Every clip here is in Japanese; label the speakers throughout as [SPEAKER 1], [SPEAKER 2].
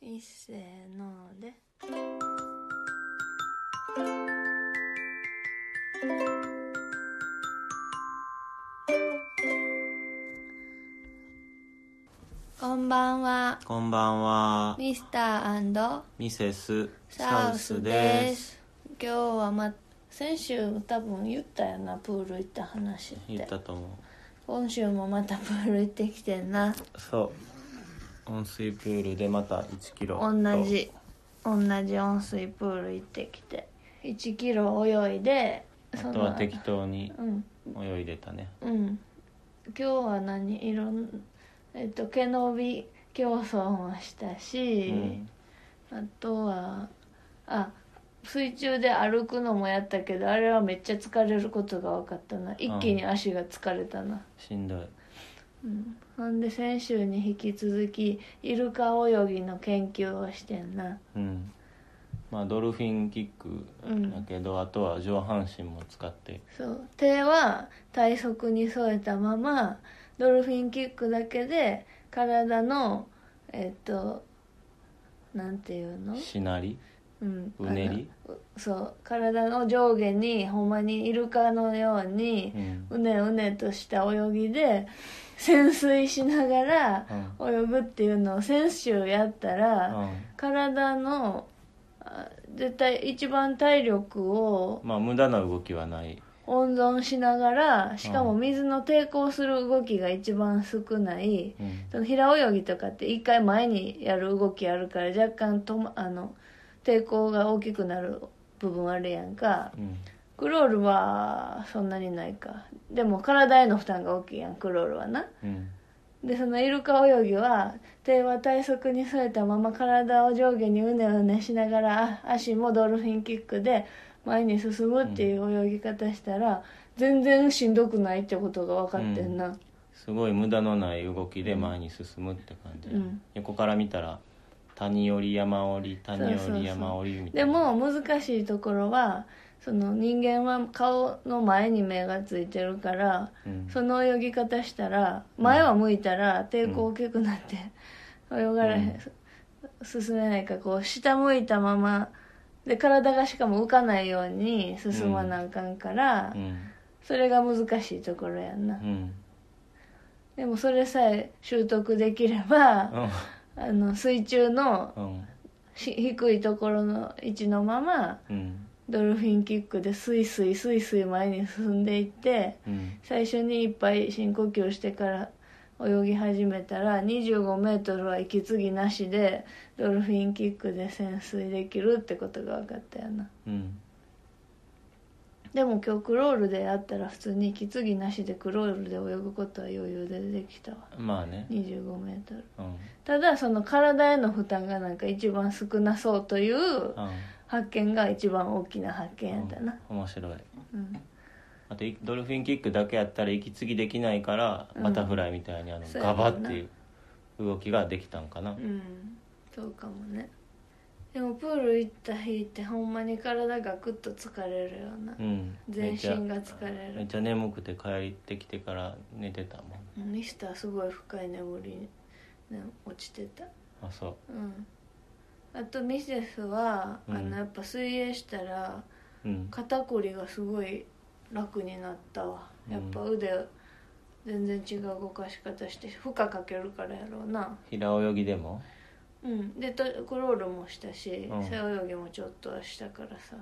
[SPEAKER 1] いっせーのでこんばんは
[SPEAKER 2] こんばんは、
[SPEAKER 1] ミスター
[SPEAKER 2] ミセス
[SPEAKER 1] サ
[SPEAKER 2] サ
[SPEAKER 1] ウ
[SPEAKER 2] ウ
[SPEAKER 1] ス
[SPEAKER 2] ス
[SPEAKER 1] で
[SPEAKER 2] です。
[SPEAKER 1] す今日はま先週多分言ったよなプール行った話っ
[SPEAKER 2] 言ってたと思
[SPEAKER 1] 今週もまたプール行ってきてんな
[SPEAKER 2] う。そう。温水プールでまた1キロ。
[SPEAKER 1] 同じ同じ温水プール行ってきて1キロ泳いで
[SPEAKER 2] と。あとは適当に
[SPEAKER 1] うん
[SPEAKER 2] 泳いでたね。
[SPEAKER 1] うん今日は何いろんえっと毛伸び競争もした
[SPEAKER 2] う
[SPEAKER 1] し、
[SPEAKER 2] ん。
[SPEAKER 1] あとはあ水中で歩くのもやったけどあれはめっちゃ疲れることが分かったな一気に足が疲れたな、
[SPEAKER 2] しんどい。
[SPEAKER 1] うん、ほんで先週に引き続きイルカ泳ぎの研究をしてんな
[SPEAKER 2] うん。まあドルフィンキックだけど、あとは上半身も使って。
[SPEAKER 1] そう手は体側に添えたままドルフィンキックだけで体のえっとなんていうの
[SPEAKER 2] しなり
[SPEAKER 1] うん
[SPEAKER 2] うねり
[SPEAKER 1] あのうそう体の上下にほんまにイルカのようにう
[SPEAKER 2] うん。
[SPEAKER 1] ねうねとした泳ぎで潜水しながら
[SPEAKER 2] うん。
[SPEAKER 1] 泳ぐっていうのを先週やったら、
[SPEAKER 2] うん
[SPEAKER 1] 体のあ絶対一番体力を
[SPEAKER 2] まあ無駄な動きはない。
[SPEAKER 1] 温存しながらしかも
[SPEAKER 2] うん
[SPEAKER 1] 水の抵抗する動きが一番少ない、
[SPEAKER 2] うん。
[SPEAKER 1] その平泳ぎとかって一回前にやる動きあるから若干と、ま、あの抵抗が大きくなる部分あるやんか
[SPEAKER 2] うん。
[SPEAKER 1] クロールはそんなにないかでも体への負担が大きいやんクロールはな
[SPEAKER 2] うん。
[SPEAKER 1] でそのイルカ泳ぎは手は体側に添えたまま体を上下にうねうねしながらあ足もドルフィンキックで前に進むっていう泳ぎ方したら、全然しんどくないってことが分かってんな、
[SPEAKER 2] すごい無駄のない動きで前に進むって感じ、
[SPEAKER 1] うん
[SPEAKER 2] 横から見たら谷折り山折り谷
[SPEAKER 1] そうそう
[SPEAKER 2] 折
[SPEAKER 1] そう
[SPEAKER 2] り山折りみた
[SPEAKER 1] で
[SPEAKER 2] いな
[SPEAKER 1] も難しいところはその人間は顔の前に目がついてるから
[SPEAKER 2] うん
[SPEAKER 1] その泳ぎ方したら前は向いたら抵抗大きくなって、泳がれへん、進めないからこう下向いたままで体がしかも浮かないように進まなあかんから、
[SPEAKER 2] うん
[SPEAKER 1] それが難しいところやんな、
[SPEAKER 2] うん
[SPEAKER 1] でもそれさえ習得できれば、あの水中の
[SPEAKER 2] うん
[SPEAKER 1] し低いところの位置のまま
[SPEAKER 2] うん
[SPEAKER 1] ドルフィンキックでスイスイスイスイ前に進んでいって
[SPEAKER 2] うん
[SPEAKER 1] 最初にいっぱい深呼吸してから泳ぎ始めたら2 5ルは息継ぎなしでドルフィンキックで潜水できるってことが分かったよな
[SPEAKER 2] うん
[SPEAKER 1] でも今日クロールでやったら普通に息継ぎなしでクロールで泳ぐことは余裕でできたわ
[SPEAKER 2] まあね、
[SPEAKER 1] 2 5ル
[SPEAKER 2] うん
[SPEAKER 1] ただその体への負担がなんか一番少なそうという発見が一番大きな発見やったな、
[SPEAKER 2] うん面白い
[SPEAKER 1] うん、
[SPEAKER 2] あといドルフィンキックだけやったら息継ぎできないから、
[SPEAKER 1] うん
[SPEAKER 2] バタフライみたいにあの
[SPEAKER 1] そうや
[SPEAKER 2] ガ
[SPEAKER 1] ろうな
[SPEAKER 2] バっていう動きができたんかな、
[SPEAKER 1] うんそうかもねでもプール行った日ってほんまに体がぐっと疲れるような、
[SPEAKER 2] うん、
[SPEAKER 1] 全身
[SPEAKER 2] めっちゃ
[SPEAKER 1] が疲れ
[SPEAKER 2] めっ
[SPEAKER 1] る
[SPEAKER 2] ちゃ眠くて帰ってきてから寝てたもん
[SPEAKER 1] ミスターすごい深い眠りに、ね、落ちてた
[SPEAKER 2] あそ
[SPEAKER 1] うんあとミセスは、
[SPEAKER 2] うん
[SPEAKER 1] あのやっぱ水泳したら
[SPEAKER 2] ううん
[SPEAKER 1] 肩こりがすごい楽になったわ
[SPEAKER 2] うん
[SPEAKER 1] やっぱ腕全然違う動かし方して負荷かけるからやろうな
[SPEAKER 2] 平泳ぎでも
[SPEAKER 1] うんでとクロールもしたし
[SPEAKER 2] うん
[SPEAKER 1] 背泳ぎもちょっとはしたからさ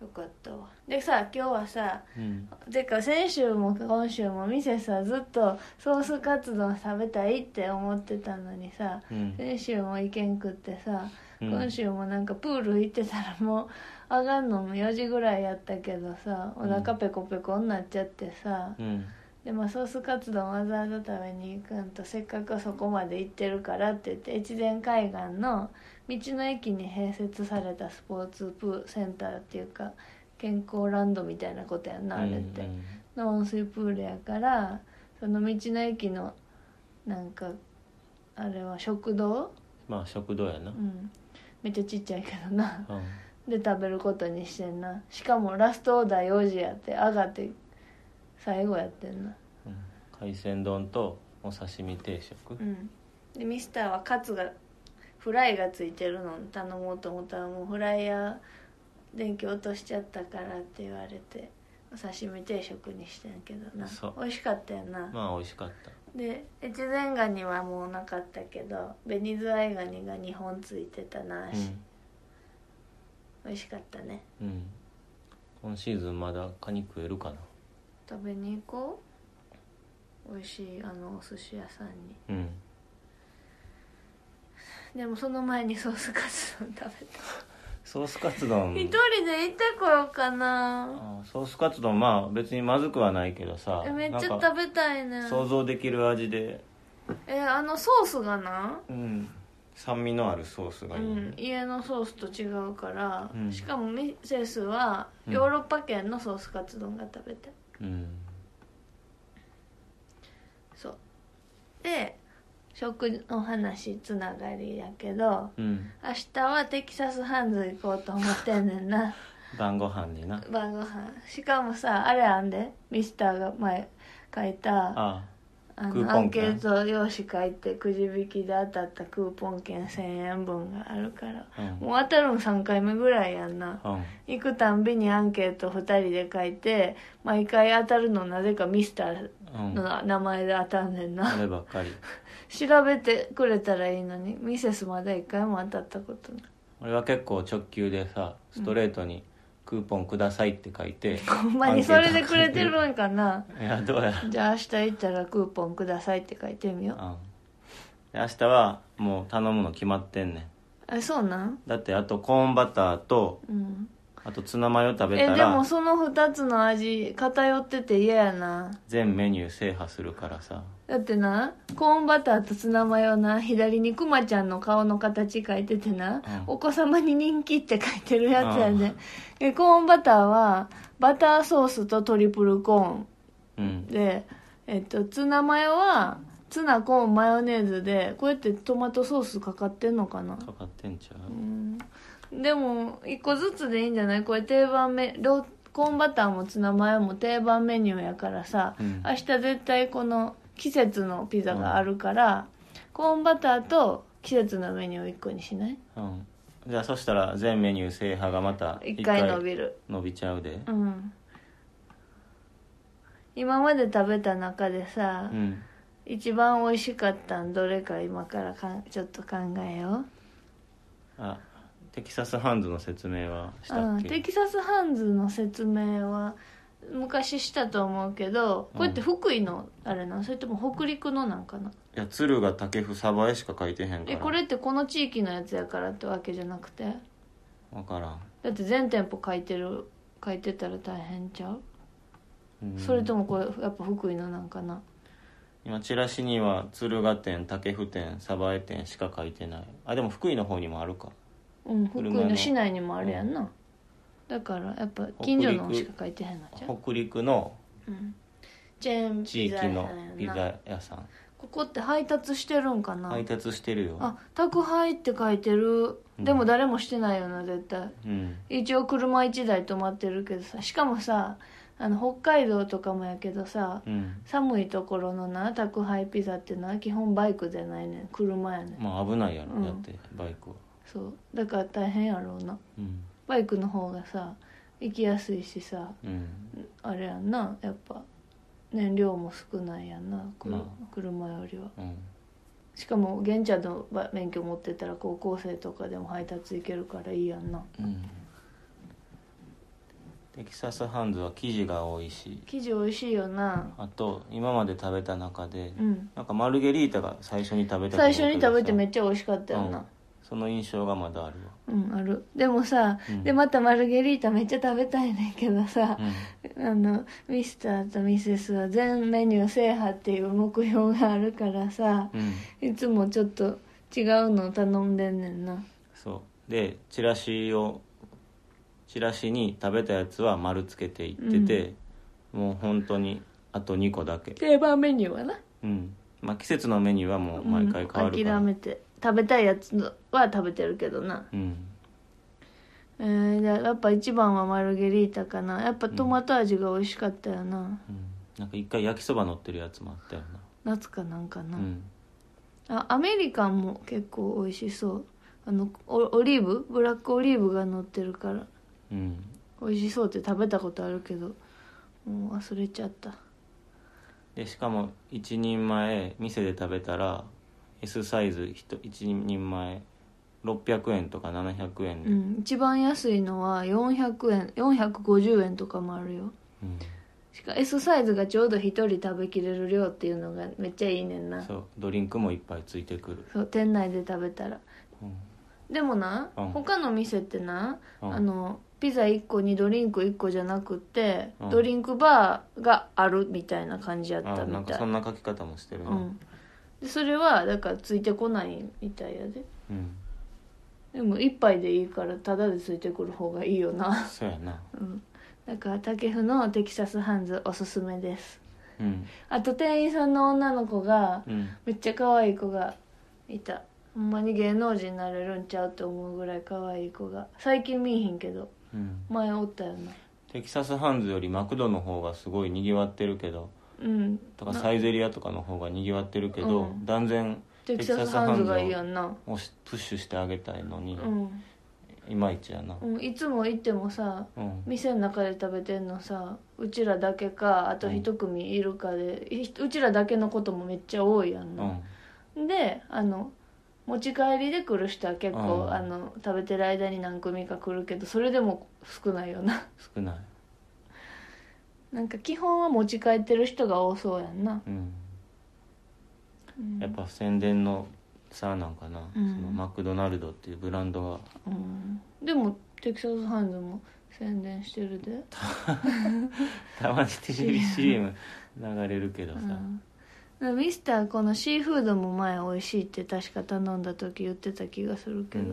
[SPEAKER 1] よかったわでさ今日はさ
[SPEAKER 2] うん
[SPEAKER 1] てか先週も今週もミセスはずっとソースカツ丼食べたいって思ってたのにさ
[SPEAKER 2] うん
[SPEAKER 1] 先週も行けんくってさ、
[SPEAKER 2] うん
[SPEAKER 1] 今週もなんかプール行ってたらもう上がんのも4時ぐらいやったけどさお
[SPEAKER 2] うん
[SPEAKER 1] 腹ペコペコになっちゃってさ、
[SPEAKER 2] うん
[SPEAKER 1] でまあソースカツ丼わざわざ食べに行くんとせっかくそこまで行ってるからって言って越前海岸の道の駅に併設されたスポーツプーセンターっていうか健康ランドみたいなことやんなあれって。
[SPEAKER 2] うん
[SPEAKER 1] の温水プールやからその道の駅のなんかあれは食堂、
[SPEAKER 2] まあ食堂やな、
[SPEAKER 1] うん、めっちゃちっちゃいけどな
[SPEAKER 2] うん
[SPEAKER 1] で食べることにしてんなしかもラストオーダー4時やって上がって最後やってんな
[SPEAKER 2] うん海鮮丼とお刺身定食
[SPEAKER 1] うんでミスターはカツがフライがついてるの頼もうと思ったらもうフライヤー電気落としちゃったからって言われてお刺身定食にしてんけどな
[SPEAKER 2] そう
[SPEAKER 1] 美味しかったよな、
[SPEAKER 2] まあ美味しかった
[SPEAKER 1] で越前ガニはもうなかったけど紅ズワイガニが2本ついてたな、美味しかったね
[SPEAKER 2] うん、うん、今シーズンまだカニ食えるかな
[SPEAKER 1] 食べに行こう美味しいあのお寿司屋さんに
[SPEAKER 2] うん
[SPEAKER 1] でもその前にソースカツ丼食べた
[SPEAKER 2] ソースカツ丼
[SPEAKER 1] 一人で行ってこようかな
[SPEAKER 2] あソースカツ丼まあ別にまずくはないけどさ
[SPEAKER 1] えめっち
[SPEAKER 2] な
[SPEAKER 1] ゃ
[SPEAKER 2] んか
[SPEAKER 1] 食べたいね
[SPEAKER 2] 想像できる味で、
[SPEAKER 1] えあのソースがな
[SPEAKER 2] うん、酸味のあるソースが
[SPEAKER 1] う
[SPEAKER 2] いい、
[SPEAKER 1] ん、家のソースと違うから、
[SPEAKER 2] うん
[SPEAKER 1] しかもミセスは
[SPEAKER 2] うん
[SPEAKER 1] ヨーロッパ圏のソースカツ丼が食べたい
[SPEAKER 2] うん
[SPEAKER 1] そうで食の話つながりやけど
[SPEAKER 2] うん、
[SPEAKER 1] 明日はテキサスハンズ行こうと思ってんねん な
[SPEAKER 2] 晩ご飯にな
[SPEAKER 1] 晩ご飯しかもさあれあんでミスターが前書いたあ
[SPEAKER 2] あクー
[SPEAKER 1] の
[SPEAKER 2] ポン券
[SPEAKER 1] アンケート用紙書いてくじ引きで当たったクーポン券1000円分があるから
[SPEAKER 2] あうん、
[SPEAKER 1] もう当たるん3回目ぐらいやんな
[SPEAKER 2] うん、
[SPEAKER 1] 行くたんびにアンケート2人で書いて毎回当たるのなぜかミスター
[SPEAKER 2] うん、
[SPEAKER 1] の名前で当たんねんな、
[SPEAKER 2] そればっかり
[SPEAKER 1] 調べてくれたらいいのにミセスまだ一回も当たったことない
[SPEAKER 2] 俺は結構直球でさストレートに「クーポンください」って書いて、
[SPEAKER 1] ほんまにそれでくれてるんかない
[SPEAKER 2] やどうやら、
[SPEAKER 1] じゃあ明日行ったらクーポンくださいって書いてみよう
[SPEAKER 2] うん、で明日はもう頼むの決まってんねん
[SPEAKER 1] えそうなん
[SPEAKER 2] だってあとコーンバターと
[SPEAKER 1] うん
[SPEAKER 2] あとツナマヨ食べ
[SPEAKER 1] え
[SPEAKER 2] た
[SPEAKER 1] でも
[SPEAKER 2] ら
[SPEAKER 1] その2つの味偏ってて嫌やな
[SPEAKER 2] 全メニュー制覇するからさ
[SPEAKER 1] だってなコーンバターとツナマヨな左にクマちゃんの顔の形書いててな、
[SPEAKER 2] うん
[SPEAKER 1] お子様に人気って書いてるやつや
[SPEAKER 2] う
[SPEAKER 1] で
[SPEAKER 2] ん、
[SPEAKER 1] えコーンバターはバターソースとトリプルコーン
[SPEAKER 2] うん
[SPEAKER 1] で、えっと、ツナマヨはツナコーンマヨネーズでこうやってトマトソースかかってんのかな
[SPEAKER 2] かかってんちゃ
[SPEAKER 1] う
[SPEAKER 2] う、
[SPEAKER 1] んでも1個ずつでいいんじゃないこれ定番メロコーンバターもツナマヨも定番メニューやからさ、
[SPEAKER 2] うん
[SPEAKER 1] 明日絶対この季節のピザがあるから、コーンバターと季節のメニュー1個にしない
[SPEAKER 2] うん、じゃあそしたら全メニュー制覇がまた
[SPEAKER 1] 1回伸びる
[SPEAKER 2] 伸びちゃうで
[SPEAKER 1] うん今まで食べた中でさ、
[SPEAKER 2] うん
[SPEAKER 1] 一番美味しかったんどれか今からかんちょっと考えよ
[SPEAKER 2] あテキサスハンズの説明はした
[SPEAKER 1] う、う
[SPEAKER 2] っ
[SPEAKER 1] ん、
[SPEAKER 2] け、
[SPEAKER 1] テキサスハンズの説明は昔したと思うけどこれって福井のあれなそれとも北陸のなんかない
[SPEAKER 2] や鶴が竹房鯖江しか書いてへんから
[SPEAKER 1] えこれってこの地域のやつやからってわけじゃなくて
[SPEAKER 2] 分からん
[SPEAKER 1] だって全店舗書いてる書いてたら大変ちゃう、
[SPEAKER 2] うん
[SPEAKER 1] それともこれやっぱ福井のなんかな
[SPEAKER 2] 今チラシには鶴ヶ店竹府店鯖江店しか書いてないあでも福井の方にもあるか
[SPEAKER 1] うん福井
[SPEAKER 2] 車の
[SPEAKER 1] の市内にもあるやんな、だからやっぱ近所のしか書いてへんのちゃう、
[SPEAKER 2] 北陸の
[SPEAKER 1] うん、チェーン
[SPEAKER 2] 地
[SPEAKER 1] ピザ
[SPEAKER 2] 域
[SPEAKER 1] 屋
[SPEAKER 2] の
[SPEAKER 1] さんやん
[SPEAKER 2] ピ
[SPEAKER 1] な
[SPEAKER 2] ザ屋さん
[SPEAKER 1] ここって配達してるんかな、
[SPEAKER 2] 配達してるよ
[SPEAKER 1] あ宅配って書いてる
[SPEAKER 2] うん
[SPEAKER 1] でも誰もしてないよな絶対
[SPEAKER 2] うん
[SPEAKER 1] 一応車1台止まってるけどさしかもさあの北海道とかもやけどさ、
[SPEAKER 2] うん
[SPEAKER 1] 寒いところのな宅配ピザってな基本バイクじゃないねん車やねん
[SPEAKER 2] まあ危ないやろ、
[SPEAKER 1] うん
[SPEAKER 2] だってバイクは
[SPEAKER 1] そうだから大変やろうな
[SPEAKER 2] うん
[SPEAKER 1] バイクの方がさ行きやすいしさ
[SPEAKER 2] うん
[SPEAKER 1] あれやんなやっぱ燃料も少ないやんな、くる
[SPEAKER 2] ま
[SPEAKER 1] 車よりは
[SPEAKER 2] うん
[SPEAKER 1] しかも玄ちゃんのば免許持ってたら高校生とかでも配達行けるからいいやんな
[SPEAKER 2] うんテキサスハンズは生地が多いし
[SPEAKER 1] 生地美味しいよな
[SPEAKER 2] あと今まで食べた中で、
[SPEAKER 1] うん
[SPEAKER 2] なんかマルゲリータが最初に食べたと思
[SPEAKER 1] 最
[SPEAKER 2] うけど
[SPEAKER 1] 初に食べてめ
[SPEAKER 2] っ
[SPEAKER 1] っちゃ美味しかったよな
[SPEAKER 2] その印象がまだある
[SPEAKER 1] うん、あるでもさ、
[SPEAKER 2] うん
[SPEAKER 1] でまたマルゲリータめっちゃ食べたいねんけどさ
[SPEAKER 2] わ、、うん
[SPEAKER 1] あのミスターとミセスは全メニュー制覇っていう目標があるからさ
[SPEAKER 2] うん、
[SPEAKER 1] いつもちょっと違うのを頼んでんねんな
[SPEAKER 2] そうでチラシをチラシに食べたやつは丸つけていってて、もう本当にあと2個だけ
[SPEAKER 1] 定番メニューはな
[SPEAKER 2] うんまあ季節のメニューはもう毎回変わるか
[SPEAKER 1] う
[SPEAKER 2] ら
[SPEAKER 1] ん、諦めて食べたいやつのは食べてるけどな
[SPEAKER 2] うん
[SPEAKER 1] えー、じゃあやっぱ一番はマルゲリータかなやっぱトマト味が美味しかったよな、
[SPEAKER 2] うんなんか一回焼きそば乗ってるやつもあったよ
[SPEAKER 1] 夏かなんかな、
[SPEAKER 2] なうん
[SPEAKER 1] あアメリカンも結構美味しそうあのオオリーブブラックオリーブが乗ってるから
[SPEAKER 2] うん
[SPEAKER 1] 美味しそうって食べたことあるけどもう忘れちゃった
[SPEAKER 2] でしかも一人前店で食べたら S サイズ一一人前600円とか700円
[SPEAKER 1] う
[SPEAKER 2] で、
[SPEAKER 1] ん一番安いのは400円450円とかもあるよ
[SPEAKER 2] うん
[SPEAKER 1] しか S サイズがちょうど一人食べきれる量っていうのがめっちゃいいねんなそ
[SPEAKER 2] そううドリンクもいっぱいついてくる、
[SPEAKER 1] 店内で食べたら
[SPEAKER 2] うん
[SPEAKER 1] でもな、
[SPEAKER 2] うん
[SPEAKER 1] 他の店ってな、
[SPEAKER 2] うん
[SPEAKER 1] あのピザ1個にドリンク1個じゃなくて、
[SPEAKER 2] うん
[SPEAKER 1] ドリンクバーがあるみたいな感じやっ
[SPEAKER 2] あ
[SPEAKER 1] た
[SPEAKER 2] な
[SPEAKER 1] み
[SPEAKER 2] ん
[SPEAKER 1] た
[SPEAKER 2] か
[SPEAKER 1] い
[SPEAKER 2] そんな書き方もしてるな
[SPEAKER 1] うん、でそれはだからついてこないみたいやで
[SPEAKER 2] うん
[SPEAKER 1] でも1杯でいいからタダでついてくる方がいいよな
[SPEAKER 2] そうやな
[SPEAKER 1] うんだから竹譜のテキサスハンズおすすめです
[SPEAKER 2] うん
[SPEAKER 1] あと店員さんの女の子が
[SPEAKER 2] うん
[SPEAKER 1] めっちゃ可愛い子がいたほんまに芸能人になれるんちゃうと思うぐらい可愛い子が最近見えへんけど
[SPEAKER 2] うん
[SPEAKER 1] 前おったよな
[SPEAKER 2] テキサスハンズよりマクドの方がすごいにぎわってるけど
[SPEAKER 1] うん
[SPEAKER 2] とか
[SPEAKER 1] な
[SPEAKER 2] サイゼリアとかの方がにぎわってるけど、
[SPEAKER 1] うん
[SPEAKER 2] 断然
[SPEAKER 1] テキサスハンズがいいやんな
[SPEAKER 2] をしプッシュしてあげたいのに、
[SPEAKER 1] うん、
[SPEAKER 2] いまいちやな
[SPEAKER 1] うん、いつも行ってもさ
[SPEAKER 2] うん
[SPEAKER 1] 店の中で食べてんのさうちらだけかあと一組いるかで、ひうちらだけのこともめっちゃ多いやん
[SPEAKER 2] う
[SPEAKER 1] な、
[SPEAKER 2] ん
[SPEAKER 1] であの持ち帰りで来る人は結構、
[SPEAKER 2] うん
[SPEAKER 1] あの食べてる間に何組か来るけどそれでも少ないよな
[SPEAKER 2] 少ない
[SPEAKER 1] なんか基本は持ち帰ってる人が多そうやんな、
[SPEAKER 2] うん
[SPEAKER 1] うん
[SPEAKER 2] やっぱ宣伝の差なんかな、
[SPEAKER 1] うん
[SPEAKER 2] そのマクドナルドっていうブランドが
[SPEAKER 1] う んでもテキサスハンズも宣伝してるで
[SPEAKER 2] たまにテレビ CM 流れるけどさ、
[SPEAKER 1] うん、ミスターこのシーフードも前美味しいって確か頼んだ時言ってた気がするけ
[SPEAKER 2] う
[SPEAKER 1] ど
[SPEAKER 2] ん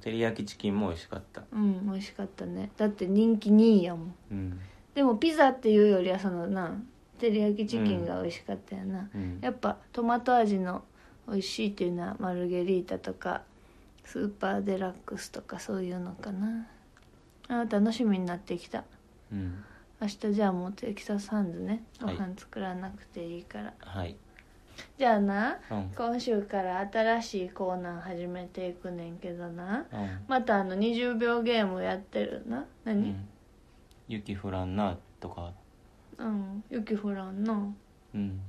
[SPEAKER 2] 照り焼きチキンも美味しかった
[SPEAKER 1] うん、美味しかったねだって人気2位やもん
[SPEAKER 2] うん、
[SPEAKER 1] でもピザっていうよりはそのな照り焼きチキンが美味しかったよな、
[SPEAKER 2] うん、
[SPEAKER 1] やっぱトマト味の美味しいっていうのはマルゲリータとかスーパーデラックスとかそういうのかなあ楽しみになってきた
[SPEAKER 2] うん、
[SPEAKER 1] 明日じゃあもうテキサスハンズねご
[SPEAKER 2] はい
[SPEAKER 1] 飯作らなくていいから、
[SPEAKER 2] はい、
[SPEAKER 1] じゃあな
[SPEAKER 2] うんうん
[SPEAKER 1] 今週から新しいコーナー始めていくねんけどなまたあの20秒ゲームやってるな
[SPEAKER 2] う
[SPEAKER 1] 何
[SPEAKER 2] ん雪降らんなとか
[SPEAKER 1] うん、雪降らんな
[SPEAKER 2] うん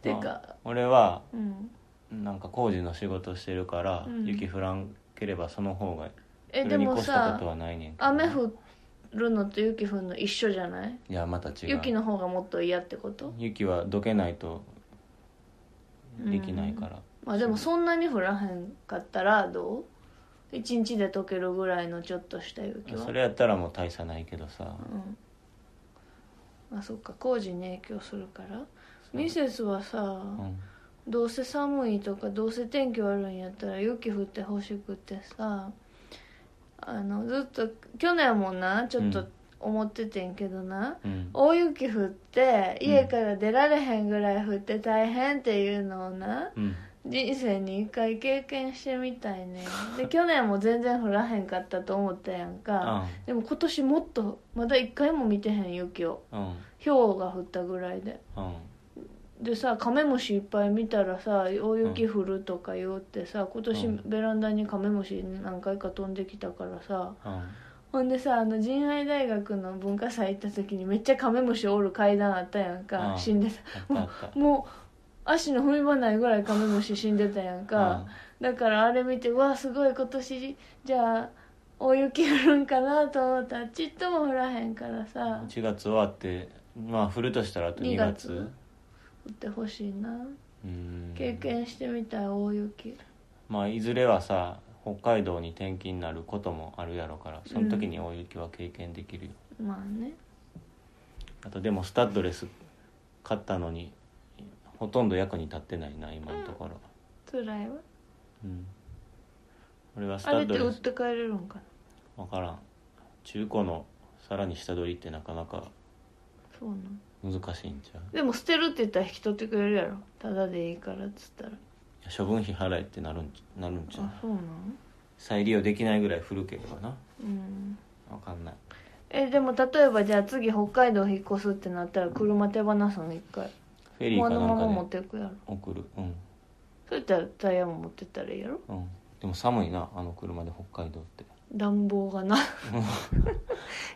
[SPEAKER 1] て
[SPEAKER 2] ま
[SPEAKER 1] か
[SPEAKER 2] 俺は
[SPEAKER 1] うん
[SPEAKER 2] なんか工事の仕事してるから、
[SPEAKER 1] うん
[SPEAKER 2] 雪降らんければその方が
[SPEAKER 1] え
[SPEAKER 2] そ
[SPEAKER 1] で
[SPEAKER 2] れに
[SPEAKER 1] も
[SPEAKER 2] 越したこと
[SPEAKER 1] さ
[SPEAKER 2] はないねんけど
[SPEAKER 1] 雨降るのと雪降るの一緒じゃない
[SPEAKER 2] いやまた違う
[SPEAKER 1] 雪の方がもっと嫌ってこと
[SPEAKER 2] 雪はどけないとできないから、
[SPEAKER 1] まあでもそんなに降らへんかったらどう一日で溶けるぐらいのちょっとした雪は
[SPEAKER 2] それやったらもう大差ないけどさ、
[SPEAKER 1] うんあそっか工事に影響するからミセスはさ、
[SPEAKER 2] うん
[SPEAKER 1] どうせ寒いとかどうせ天気悪いんやったら雪降ってほしくてさあのずっと去年もなちょっ
[SPEAKER 2] う
[SPEAKER 1] と
[SPEAKER 2] ん
[SPEAKER 1] 思っててんけどな、
[SPEAKER 2] うん
[SPEAKER 1] 大雪降って
[SPEAKER 2] うん
[SPEAKER 1] 家から出られへんぐらい降って大変っていうのをな
[SPEAKER 2] うん
[SPEAKER 1] 人生に一回経験してみたい ねで去年も全然降らへんかったと思ったやんか、でも今年もっとまだ一回も見てへん雪を
[SPEAKER 2] うんうん
[SPEAKER 1] 氷が降ったぐらいで
[SPEAKER 2] うん
[SPEAKER 1] でさカメムシいっぱい見たらさ大雪降るとか言おってさ今
[SPEAKER 2] う
[SPEAKER 1] 年
[SPEAKER 2] ん
[SPEAKER 1] ベランダにカメムシ何回か飛んできたからさ
[SPEAKER 2] うん
[SPEAKER 1] ほんでさあの仁愛大学の文化祭行った時にめっちゃカメムシおる階段あったやんか
[SPEAKER 2] うん
[SPEAKER 1] 死んでた
[SPEAKER 2] あったあった
[SPEAKER 1] もう足の踏み場ないぐらいカメムシ死んでたやんかだからあれ見てうわすごい今年じゃあ大雪降るんかなと思ったらちっとも降らへんから
[SPEAKER 2] う
[SPEAKER 1] さ
[SPEAKER 2] ん、1月終わってまあ降るとしたらあと2月
[SPEAKER 1] 二月降ってほしいな
[SPEAKER 2] うん
[SPEAKER 1] 経験してみたい大雪
[SPEAKER 2] まあいずれはさ北海道に転勤になることもあるやろからその時に大雪は経験できるよ、
[SPEAKER 1] まあね
[SPEAKER 2] あとでもスタッドレス買ったのにほとんど役に立ってないな今のところ、
[SPEAKER 1] 辛いわ
[SPEAKER 2] うん、俺はス
[SPEAKER 1] あれ
[SPEAKER 2] タッ
[SPEAKER 1] って
[SPEAKER 2] ド
[SPEAKER 1] 売
[SPEAKER 2] レ
[SPEAKER 1] っ
[SPEAKER 2] ス
[SPEAKER 1] て帰れるんかな
[SPEAKER 2] 分からん中古のさらに下取りってなかなか
[SPEAKER 1] そうなん
[SPEAKER 2] 難しいんちゃう
[SPEAKER 1] でも捨てるって言ったら引き取ってくれるやろただでいいからっつったら
[SPEAKER 2] いや処分費払えってなるんちなるんちゃう
[SPEAKER 1] あそうなん
[SPEAKER 2] 再利用できないぐらい古ければな
[SPEAKER 1] うん
[SPEAKER 2] 分かんない
[SPEAKER 1] えでも例えばじゃあ次北海道引っ越すってなったら車手放すの一回
[SPEAKER 2] フェリー
[SPEAKER 1] もう
[SPEAKER 2] か
[SPEAKER 1] あのま
[SPEAKER 2] なん
[SPEAKER 1] ま
[SPEAKER 2] か
[SPEAKER 1] 持っ
[SPEAKER 2] で
[SPEAKER 1] ていくやろ
[SPEAKER 2] 送るうん
[SPEAKER 1] そうやったらタイヤも持ってったらいいやろ
[SPEAKER 2] うん、でも寒いなあの車で北海道って
[SPEAKER 1] 暖房が な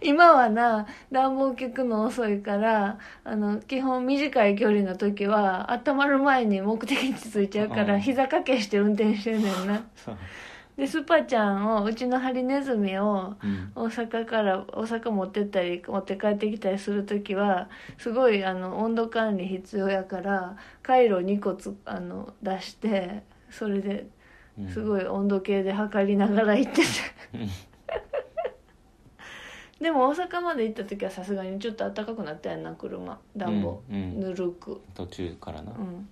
[SPEAKER 1] 今はな暖房効くの遅いからあの基本短い距離の時は温まる前に目的地着いちゃうか
[SPEAKER 2] う
[SPEAKER 1] ら
[SPEAKER 2] ん
[SPEAKER 1] 膝掛けして運転してんねんなでスパちゃんをうちのハリネズミを
[SPEAKER 2] うん
[SPEAKER 1] 大阪から大阪持ってったり持って帰ってきたりする時はすごいあの温度管理必要やからカイロ2個つあの出してそれで
[SPEAKER 2] うん
[SPEAKER 1] すご
[SPEAKER 2] い
[SPEAKER 1] い温度計で測りながら行っててでも大阪まで行った時はさすがにちょっと暖かくなったやんな車暖房、
[SPEAKER 2] うんうん
[SPEAKER 1] ぬるく
[SPEAKER 2] 途中からな、
[SPEAKER 1] うん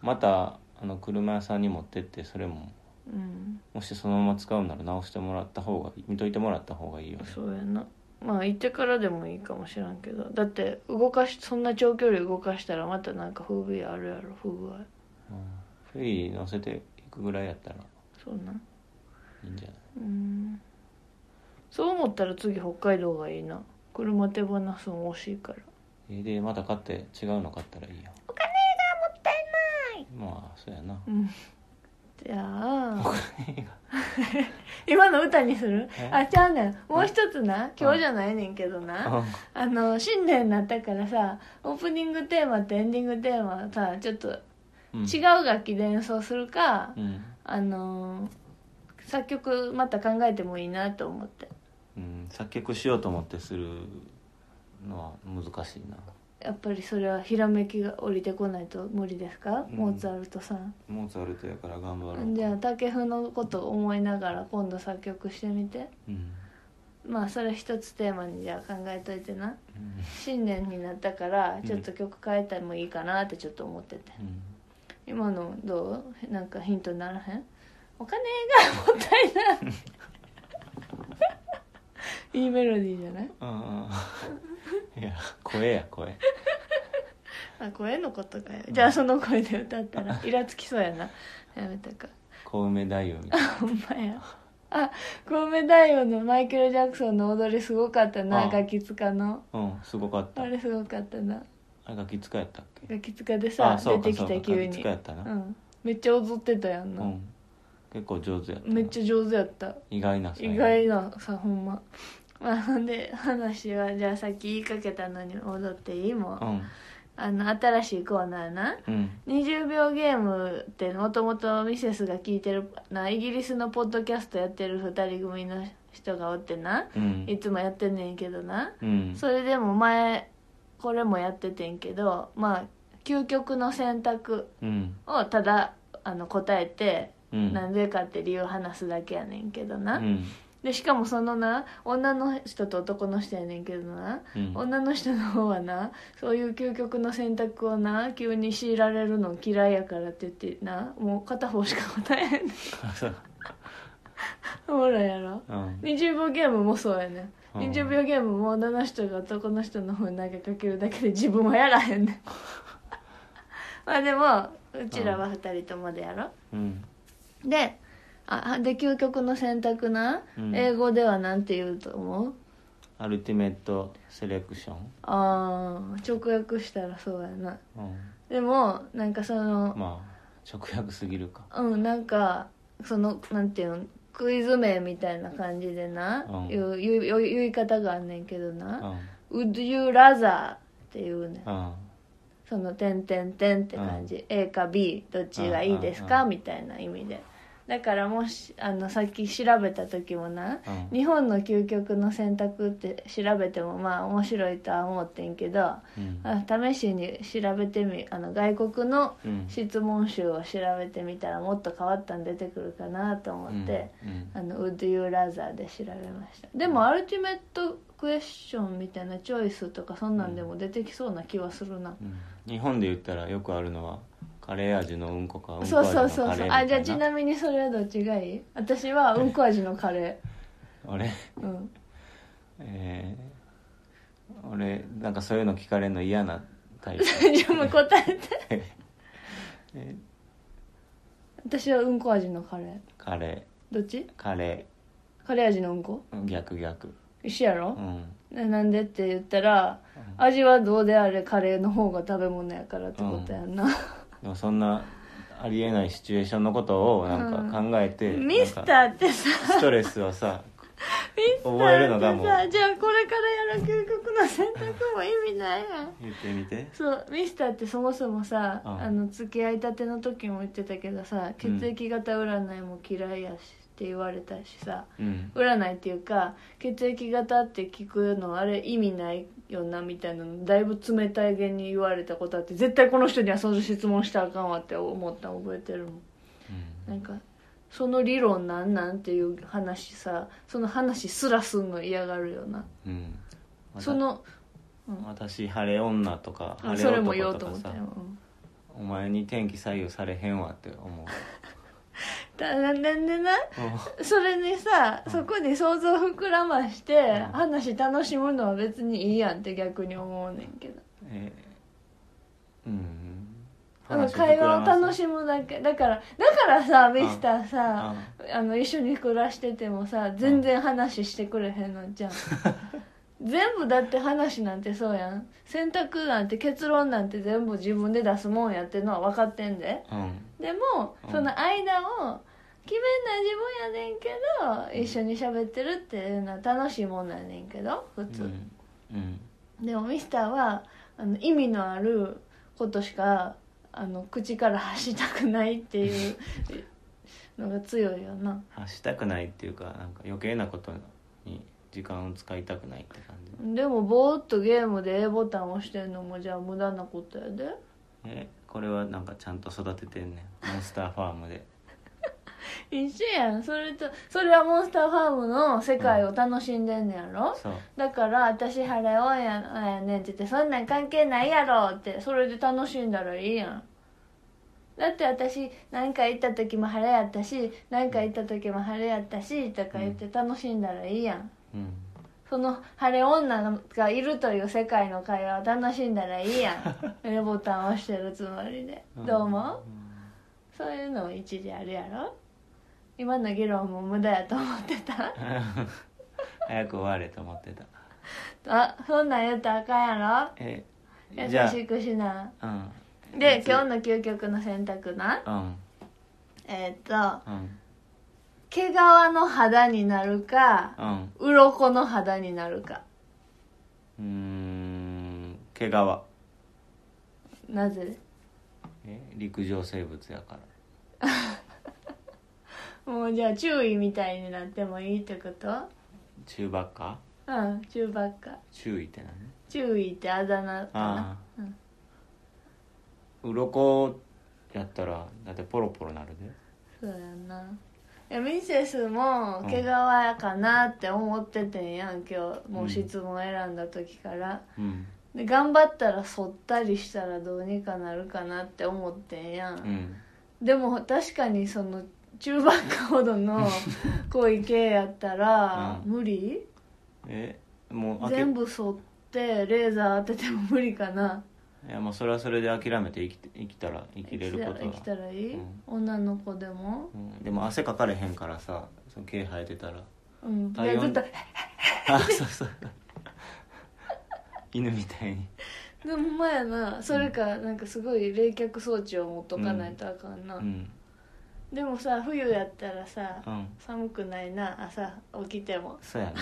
[SPEAKER 2] またあの車屋さんに持ってってそれも
[SPEAKER 1] うん
[SPEAKER 2] もしそのまま使うなら直してもらった方が見といてもらった方がいいよね
[SPEAKER 1] そうやなまあ行ってからでもいいかもしらんけどだって動かしそんな長距離動かしたらまたなんか風味あるやろ不具合
[SPEAKER 2] うんフェリー乗せていくぐらいやったら
[SPEAKER 1] そうなん
[SPEAKER 2] いいんじゃない
[SPEAKER 1] うんそう思ったら次北海道がいいな車手放すの惜しいから
[SPEAKER 2] えーでまた買って違うの買ったらいいやお金がもったいないまあ
[SPEAKER 1] うんじゃあ
[SPEAKER 2] そうやな
[SPEAKER 1] 今の歌にする
[SPEAKER 2] え
[SPEAKER 1] あちゃうねんもう一つな今日じゃないねんけどなあの新年になったからさオープニングテーマとエンディングテーマさちょっと
[SPEAKER 2] うん
[SPEAKER 1] 違う楽器で演奏するか、
[SPEAKER 2] うん、
[SPEAKER 1] あのー作曲また考えてもいいなと思って
[SPEAKER 2] うん、作曲しようと思ってするのは難しいな
[SPEAKER 1] やっぱりそれはひらめきが降りてこないと無理ですか、
[SPEAKER 2] うん
[SPEAKER 1] モーツァルトさん
[SPEAKER 2] モーツァルトやから頑張ろう
[SPEAKER 1] じゃあ竹風のことを思いながら今度作曲してみて
[SPEAKER 2] うん
[SPEAKER 1] まあそれ一つテーマにじゃあ考えといてな
[SPEAKER 2] うん
[SPEAKER 1] 新年になったからちょっと曲変えてもいいかなってちょっと思ってて。
[SPEAKER 2] うん
[SPEAKER 1] 今のどうなんかヒントにならへんお金がもったい ないいいメロディーじゃない
[SPEAKER 2] ああいや声や声
[SPEAKER 1] あ声のことかよじゃあその声で歌った らイラつきそうやなやめたか
[SPEAKER 2] 小梅太夫みたいな
[SPEAKER 1] ほんまやあコウメ太夫のマイケル・ジャクソンの踊りすごかったな
[SPEAKER 2] あ
[SPEAKER 1] ガキ使の
[SPEAKER 2] うんすごかった
[SPEAKER 1] あれすごかったな
[SPEAKER 2] あれガキ使やったっけ
[SPEAKER 1] ガキ使でさ
[SPEAKER 2] あそ
[SPEAKER 1] 出て
[SPEAKER 2] うか
[SPEAKER 1] きた
[SPEAKER 2] そうか
[SPEAKER 1] 急
[SPEAKER 2] ガキ
[SPEAKER 1] に
[SPEAKER 2] 使やった
[SPEAKER 1] う
[SPEAKER 2] なん
[SPEAKER 1] めっちゃ踊ってたやん
[SPEAKER 2] う
[SPEAKER 1] な、
[SPEAKER 2] ん結構上手やったな
[SPEAKER 1] めっちゃ上手やった
[SPEAKER 2] 意外な才能
[SPEAKER 1] 意外なさほんままあほんで話はじゃあさっき言いかけたのに戻っていいもん
[SPEAKER 2] うん
[SPEAKER 1] あの新しいコーナーな
[SPEAKER 2] うん
[SPEAKER 1] 20秒ゲームってもともとミセスが聞いてるなイギリスのポッドキャストやってる2人組の人がおってな
[SPEAKER 2] うん
[SPEAKER 1] いつもやってんねんけどな
[SPEAKER 2] うん
[SPEAKER 1] それでも前これもやっててんけどまあ究極の選択
[SPEAKER 2] うん
[SPEAKER 1] をただあの答えて
[SPEAKER 2] うん
[SPEAKER 1] なんでかって理由話すだけやねんけどな、
[SPEAKER 2] うん
[SPEAKER 1] でしかもそのな女の人と男の人やねんけどな、
[SPEAKER 2] うん
[SPEAKER 1] 女の人の方はなそういう究極の選択をな急に強いられるの嫌いやからって言ってなもう片方しか答えへん ねん
[SPEAKER 2] あそう
[SPEAKER 1] ほらやろ
[SPEAKER 2] うん
[SPEAKER 1] 20秒ゲームもそうやねん
[SPEAKER 2] うん
[SPEAKER 1] 20秒ゲームも女の人が男の人の方に投げかけるだけで自分はやらへんね んまあでもうちらは2人ともでやろ、
[SPEAKER 2] うん
[SPEAKER 1] であで究極の選択な、
[SPEAKER 2] うん
[SPEAKER 1] 英語ではなんて言うと思う
[SPEAKER 2] アルティメットセレクション
[SPEAKER 1] あー直訳したらそうやな
[SPEAKER 2] うん
[SPEAKER 1] でもなんかその
[SPEAKER 2] まあ直訳すぎるか
[SPEAKER 1] うんなんかそのなんていうのクイズ名みたいな感じでな、
[SPEAKER 2] うん
[SPEAKER 1] 言う言う言い言い方があんねんけど
[SPEAKER 2] うん
[SPEAKER 1] な
[SPEAKER 2] うん
[SPEAKER 1] 「Would you rather」っていうねんその「てんてんてん」って感じ、A か B どっちがいいですか、
[SPEAKER 2] うんうんうん
[SPEAKER 1] みたいな意味でだからもしあのさっき調べた時もな、
[SPEAKER 2] うん
[SPEAKER 1] 日本の究極の選択って調べてもまあ面白いとは思ってんけどあ
[SPEAKER 2] うん
[SPEAKER 1] 試しに調べてみあの外国の
[SPEAKER 2] うん
[SPEAKER 1] 質問集を調べてみたらもっと変わったの出てくるかなと思って、
[SPEAKER 2] うん
[SPEAKER 1] あの「Would You Rather」で調べましたでもアルティメットクエスチョンみたいなチョイスとかそんなんでも出てきそうな気はするな、
[SPEAKER 2] うん日本で言ったらよくあるのはカレー味のうんこかうんこ味
[SPEAKER 1] そう
[SPEAKER 2] の
[SPEAKER 1] そうそう
[SPEAKER 2] カ
[SPEAKER 1] そ
[SPEAKER 2] レ
[SPEAKER 1] う
[SPEAKER 2] ー
[SPEAKER 1] あじゃあ
[SPEAKER 2] みた
[SPEAKER 1] ち
[SPEAKER 2] い
[SPEAKER 1] なみにそれはどっちがいい私はうんこ味のカレ
[SPEAKER 2] 俺
[SPEAKER 1] ーうん
[SPEAKER 2] えー、俺なんかそういうの聞かれるの嫌なタ イプ
[SPEAKER 1] じゃあもう答えて
[SPEAKER 2] え
[SPEAKER 1] 私はうんこ味のカレー
[SPEAKER 2] カレ
[SPEAKER 1] どっち
[SPEAKER 2] ーカレ
[SPEAKER 1] カレー味のうんこ
[SPEAKER 2] ー逆逆
[SPEAKER 1] 一緒や
[SPEAKER 2] う
[SPEAKER 1] ろ、
[SPEAKER 2] ん
[SPEAKER 1] ななんでって言ったら味はどうであれカレーの方が食べ物やからってことやんな、
[SPEAKER 2] でもそんなありえないシチュエーションのことをなんか考えて、なんか
[SPEAKER 1] ミスターってさ
[SPEAKER 2] ストレスはさ
[SPEAKER 1] ミスタ
[SPEAKER 2] 覚える
[SPEAKER 1] ー
[SPEAKER 2] の
[SPEAKER 1] っ
[SPEAKER 2] がも
[SPEAKER 1] て
[SPEAKER 2] う
[SPEAKER 1] さじゃあこれからやる究極の選択も意味ないやん
[SPEAKER 2] 言ってみて
[SPEAKER 1] そうミスターってそもそもさ、
[SPEAKER 2] うん
[SPEAKER 1] あの付き合いたての時も言ってたけどさ血液型占いも嫌いやしって言われたしさ
[SPEAKER 2] うん
[SPEAKER 1] 占いっていうか血液型って聞くのあれ意味ないよなみたいなのだいぶ冷たいげに言われたことあって絶対この人にはその質問したらあかんわって思ったの覚えてるもん
[SPEAKER 2] うん
[SPEAKER 1] なんかその理論なんなんっていう話さその話すらすんの嫌がるよな
[SPEAKER 2] うんまた
[SPEAKER 1] その
[SPEAKER 2] 私晴れ女とか
[SPEAKER 1] うん
[SPEAKER 2] 晴
[SPEAKER 1] それ
[SPEAKER 2] れ
[SPEAKER 1] も言お
[SPEAKER 2] 男
[SPEAKER 1] うと
[SPEAKER 2] とか
[SPEAKER 1] 思ったよ、う
[SPEAKER 2] さ
[SPEAKER 1] ん
[SPEAKER 2] お前に天気左右されへんわって 思う
[SPEAKER 1] だなんでな
[SPEAKER 2] う
[SPEAKER 1] それにさ
[SPEAKER 2] うん
[SPEAKER 1] そこに想像膨らまして、
[SPEAKER 2] ん
[SPEAKER 1] 話楽しむのは別にいいやんって逆に思うねんけど
[SPEAKER 2] んえーうん
[SPEAKER 1] うん会話を楽
[SPEAKER 2] む
[SPEAKER 1] しむだけだからだからさミスターさ、あの一緒に暮らしててもさ全然話してくれへんのじ ゃん全部だって話なんてそうやん選択なんて結論なんて全部自分で出すもんやってのは分かってんで
[SPEAKER 2] うん
[SPEAKER 1] でも
[SPEAKER 2] うん
[SPEAKER 1] その間を決めんない自分やねんけど一緒に喋ってるっていうのは楽しいもんなんやねんけど普
[SPEAKER 2] う
[SPEAKER 1] 通、
[SPEAKER 2] んうん
[SPEAKER 1] でもミスターはあの意味のあることしかあの口から発したくないっていうのが強いよな
[SPEAKER 2] 発したくないっていうかなんか余計なことに時間を使いたくないって感じ
[SPEAKER 1] でもぼーっとゲームで A ボタン押してんのもじゃあ無駄なことやで
[SPEAKER 2] えこれはなんかちゃんと育ててんねんモンスターファー ムで
[SPEAKER 1] 一緒やんそれとそれはモンスターファームの世界を楽しんでんねやろ、
[SPEAKER 2] そう
[SPEAKER 1] だから私晴れオンややねんって言ってそんなん関係ないやろってそれで楽しんだらいいやんだって私何か行った時も晴れやったし何か行った時も晴れやったしとか言って楽しんだらいいやん、
[SPEAKER 2] うん
[SPEAKER 1] その晴れ女がいるという世界の会話を楽しんだらいいや ん A ボタンを押してるつもりで、どう思うそういうのも一理あるやろ今の議論も無駄やと思って た
[SPEAKER 2] うん早く終われと思ってた
[SPEAKER 1] あそんなん言うたらあかんやろ
[SPEAKER 2] え
[SPEAKER 1] 優
[SPEAKER 2] じゃ
[SPEAKER 1] しくしな
[SPEAKER 2] あうん
[SPEAKER 1] で今日
[SPEAKER 2] 日
[SPEAKER 1] の究極の選択な
[SPEAKER 2] うん
[SPEAKER 1] えーっと
[SPEAKER 2] うん
[SPEAKER 1] 毛皮の肌になるか
[SPEAKER 2] うん
[SPEAKER 1] 鱗の肌になるか
[SPEAKER 2] うーん毛皮
[SPEAKER 1] なぜ
[SPEAKER 2] え陸上生物やから
[SPEAKER 1] もうじゃあ注意みたいになってもいいってこと
[SPEAKER 2] 中ばっか
[SPEAKER 1] うん中ばっか
[SPEAKER 2] 注意って何
[SPEAKER 1] 注意ってあだ名かな
[SPEAKER 2] ああ鱗やったらだってポロポロなるで
[SPEAKER 1] そうやないやミセスも毛皮やかなって思っててんやん今日もう質問選んだ時から、
[SPEAKER 2] うん
[SPEAKER 1] で頑張ったら剃ったりしたらどうにかなるかなって思ってんやん
[SPEAKER 2] うん
[SPEAKER 1] でも確かにその中ばっかほど の濃い系やったら
[SPEAKER 2] うん
[SPEAKER 1] 無理、
[SPEAKER 2] えもうあけ
[SPEAKER 1] 全部剃ってレーザー当てても無理かない
[SPEAKER 2] やもうそれはそれで諦めて生きて生きたら生きれること
[SPEAKER 1] 生きた
[SPEAKER 2] が、
[SPEAKER 1] らいい、
[SPEAKER 2] うん
[SPEAKER 1] 女の子でも、
[SPEAKER 2] うん、でも汗かかれへんからさその毛生えてた ら
[SPEAKER 1] うん、
[SPEAKER 2] 体温
[SPEAKER 1] でずっと
[SPEAKER 2] あそうそう犬みたいに
[SPEAKER 1] でも前なそれかなんかすごい冷却装置を持っとかないとあかんな、
[SPEAKER 2] うん
[SPEAKER 1] でもさ冬やったらさ、
[SPEAKER 2] うん
[SPEAKER 1] 寒くないな朝起きても
[SPEAKER 2] そうやな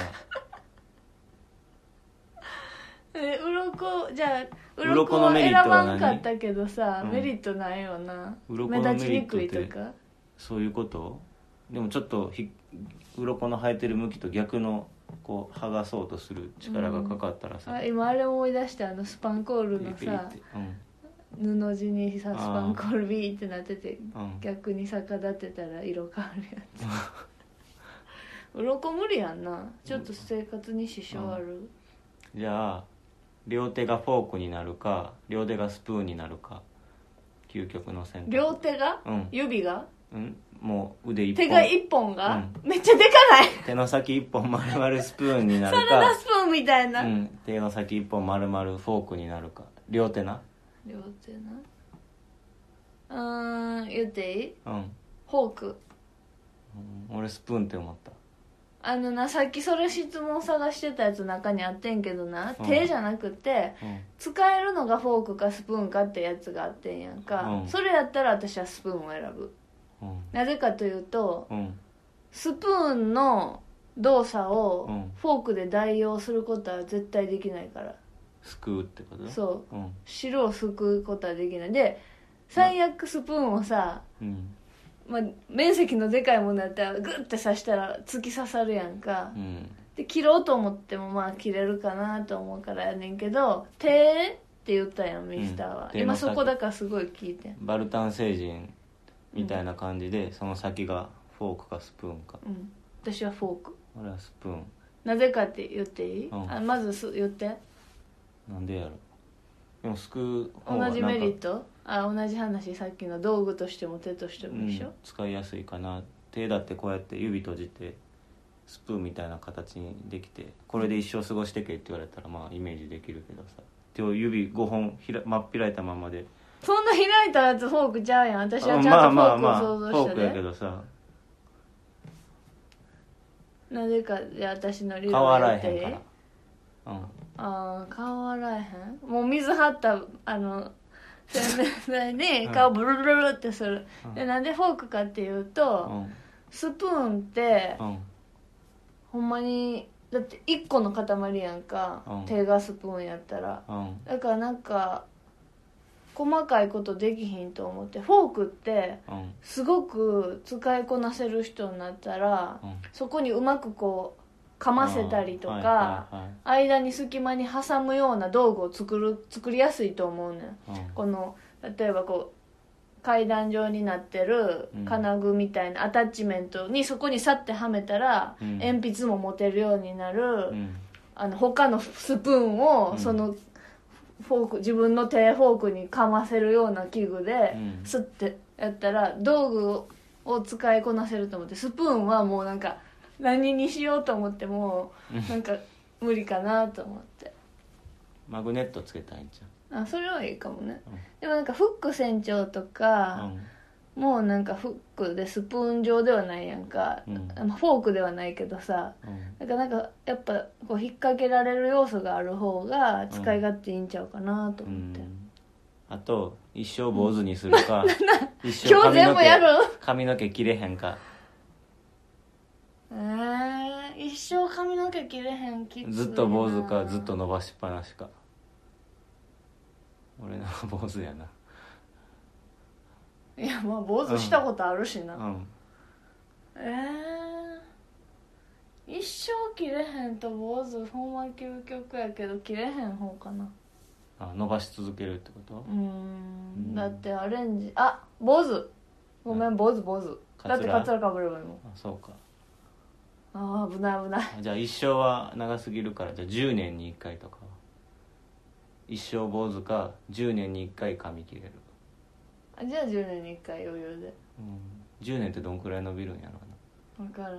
[SPEAKER 1] え鱗じゃあ鱗
[SPEAKER 2] 鱗
[SPEAKER 1] は
[SPEAKER 2] のメリ
[SPEAKER 1] 選
[SPEAKER 2] ットは
[SPEAKER 1] ばんかったけどさ、
[SPEAKER 2] うん
[SPEAKER 1] メリットないよな
[SPEAKER 2] 鱗
[SPEAKER 1] 目
[SPEAKER 2] のメリット
[SPEAKER 1] 立ち
[SPEAKER 2] って
[SPEAKER 1] にくいとか
[SPEAKER 2] そういうことでもちょっとひ鱗の生えてる向きと逆のこう剥がそうとする力がかかったらさ、
[SPEAKER 1] あ今あれ思い出したあのスパンコール
[SPEAKER 2] ピリ
[SPEAKER 1] の
[SPEAKER 2] ピリっ
[SPEAKER 1] さ
[SPEAKER 2] てうん
[SPEAKER 1] 布地にさス
[SPEAKER 2] あー
[SPEAKER 1] パンコールビーってなってて
[SPEAKER 2] うん
[SPEAKER 1] 逆に逆立てたら色変わるやつ 鱗無理やんなちょっと生活に支障ある、
[SPEAKER 2] じゃあ両手がフォークになるか両手がスプーンになるか究極の選択
[SPEAKER 1] 両手が、
[SPEAKER 2] うん
[SPEAKER 1] 指が
[SPEAKER 2] うん、もう腕一本
[SPEAKER 1] 手が一本が、めっちゃでかない
[SPEAKER 2] 手の先一本丸々スプーンにな
[SPEAKER 1] サ
[SPEAKER 2] る
[SPEAKER 1] ラダ
[SPEAKER 2] か
[SPEAKER 1] スプーンみたいな、
[SPEAKER 2] うん、手の先一本丸々フォークになるか両手な
[SPEAKER 1] 両手なうーん言っていい
[SPEAKER 2] うん、
[SPEAKER 1] フォーク
[SPEAKER 2] うん俺スプーンって思った
[SPEAKER 1] あのなさっきそれ質問探してたやつ中にあってんけどな、
[SPEAKER 2] うん
[SPEAKER 1] 手じゃなくて使えるのがフォークかスプーンかってやつがあってんやんか、
[SPEAKER 2] うん
[SPEAKER 1] それやったら私はスプーンを選ぶ
[SPEAKER 2] うん
[SPEAKER 1] なぜかというと
[SPEAKER 2] うん
[SPEAKER 1] スプーンの動作を
[SPEAKER 2] うん
[SPEAKER 1] フォークで代用することは絶対できないから、
[SPEAKER 2] すくうってこと
[SPEAKER 1] そう
[SPEAKER 2] ううん
[SPEAKER 1] 汁をすくうことはできないで最悪スプーンをさ、
[SPEAKER 2] うん
[SPEAKER 1] まあ、面積のでかいものだったらグッて刺したら突き刺さるやんか
[SPEAKER 2] うん
[SPEAKER 1] で切ろうと思ってもまあ切れるかなと思うからやねんけど「手」って言ったやんミスターは、
[SPEAKER 2] うん手の
[SPEAKER 1] 今
[SPEAKER 2] 先
[SPEAKER 1] そこだからすごい聞いてん
[SPEAKER 2] バルタン星人みたいな感じで、その先がフォークかスプーンか
[SPEAKER 1] うん私はフォーク
[SPEAKER 2] 俺はスプーン
[SPEAKER 1] なぜかって言っていい、
[SPEAKER 2] うん
[SPEAKER 1] あまずす言って
[SPEAKER 2] なんでやろでもすくう方が
[SPEAKER 1] 同じメリッ
[SPEAKER 2] ト
[SPEAKER 1] トあ同じ話さっきの道具としても手としても一緒、
[SPEAKER 2] 使いやすいかな手だってこうやって指閉じてスプーンみたいな形にできてこれで一生過ごしてけって言われたらまあイメージできるけどさ手を指5本ひら真っ開いたままで
[SPEAKER 1] そんな開いたやつフォークちゃうやん私はちゃんとフ
[SPEAKER 2] ま
[SPEAKER 1] ォー
[SPEAKER 2] あまあ
[SPEAKER 1] ク
[SPEAKER 2] ま
[SPEAKER 1] を
[SPEAKER 2] あ
[SPEAKER 1] 想
[SPEAKER 2] フ
[SPEAKER 1] 像
[SPEAKER 2] ォ
[SPEAKER 1] し
[SPEAKER 2] ー
[SPEAKER 1] た
[SPEAKER 2] ク
[SPEAKER 1] で、
[SPEAKER 2] やけどさ
[SPEAKER 1] なぜかで私の理
[SPEAKER 2] 変
[SPEAKER 1] 由
[SPEAKER 2] わら
[SPEAKER 1] やっ
[SPEAKER 2] へ
[SPEAKER 1] て
[SPEAKER 2] んからうん
[SPEAKER 1] ああ変わらへんもう水張ったあの洗面台に顔ブルルルってする、
[SPEAKER 2] うん
[SPEAKER 1] でなんでフォークかっていうと、
[SPEAKER 2] うん
[SPEAKER 1] スプーンって、
[SPEAKER 2] うん
[SPEAKER 1] ほんまにだって1個の塊やんか、
[SPEAKER 2] うん
[SPEAKER 1] 手がスプーンやったら
[SPEAKER 2] うん
[SPEAKER 1] だからなんか細かいことできひんと思ってフォークって
[SPEAKER 2] うん
[SPEAKER 1] すごく使いこなせる人になったら、
[SPEAKER 2] うん
[SPEAKER 1] そこにうまくこうかませたりとか、
[SPEAKER 2] はいは
[SPEAKER 1] 間に隙間に挟むような道具を作る作りやすいと思うねん
[SPEAKER 2] いはいうん
[SPEAKER 1] この例えばこう階段状になってる
[SPEAKER 2] うん
[SPEAKER 1] 金具みたいなアタッチメントにそこにさってはめたら、
[SPEAKER 2] うん
[SPEAKER 1] 鉛筆も持てるようになる、
[SPEAKER 2] うん
[SPEAKER 1] あの他のスプーンを、
[SPEAKER 2] うん
[SPEAKER 1] そのフォーク自分の手フォークにかませるような器具で、
[SPEAKER 2] うん
[SPEAKER 1] スッてやったら道具をを使いこなせると思ってスプーンはもうなんか何にしようと思ってもなんか無理かなと思って
[SPEAKER 2] マグネットつけたいんち
[SPEAKER 1] あそれはいいかもね
[SPEAKER 2] うん
[SPEAKER 1] でもなんかフック船長と
[SPEAKER 2] ゃう
[SPEAKER 1] か、
[SPEAKER 2] うん
[SPEAKER 1] もうなんかフックでスプーン状ではないやんか、
[SPEAKER 2] うん
[SPEAKER 1] あのフォークではないけどさ
[SPEAKER 2] うん
[SPEAKER 1] だからなんかやっぱこう引っ掛けられる要素がある方が使い勝手いいんちゃうかなと
[SPEAKER 2] う
[SPEAKER 1] 思って、
[SPEAKER 2] んあと一生坊主にする か、一生
[SPEAKER 1] 今日
[SPEAKER 2] 髪の
[SPEAKER 1] 全部
[SPEAKER 2] 毛
[SPEAKER 1] やる
[SPEAKER 2] 髪の毛切れへんか
[SPEAKER 1] えー、一生髪の毛切れへんきついな
[SPEAKER 2] ずっと坊主かずっと伸ばしっぱなしか俺の方が坊主やない
[SPEAKER 1] やまあ坊主したことあるしな、
[SPEAKER 2] うん
[SPEAKER 1] えー、一生切れへんと坊主ほんま究極やけど切れへん方かな
[SPEAKER 2] あ伸ばし続けるってこ
[SPEAKER 1] うーん
[SPEAKER 2] うん
[SPEAKER 1] だってアレンジあ坊主ごめん坊主坊主
[SPEAKER 2] カツ
[SPEAKER 1] だ
[SPEAKER 2] ラ
[SPEAKER 1] ってカツラかぶればいいもん
[SPEAKER 2] とあそうか
[SPEAKER 1] あー危ない危ない
[SPEAKER 2] じゃあ一生は長すぎるからじゃあ10年に1回とか一生坊主か10年に1回髪切れる、
[SPEAKER 1] あじゃあ10年に1回余裕で
[SPEAKER 2] うん、10年ってどんくらい伸びるんやろ
[SPEAKER 1] 分からん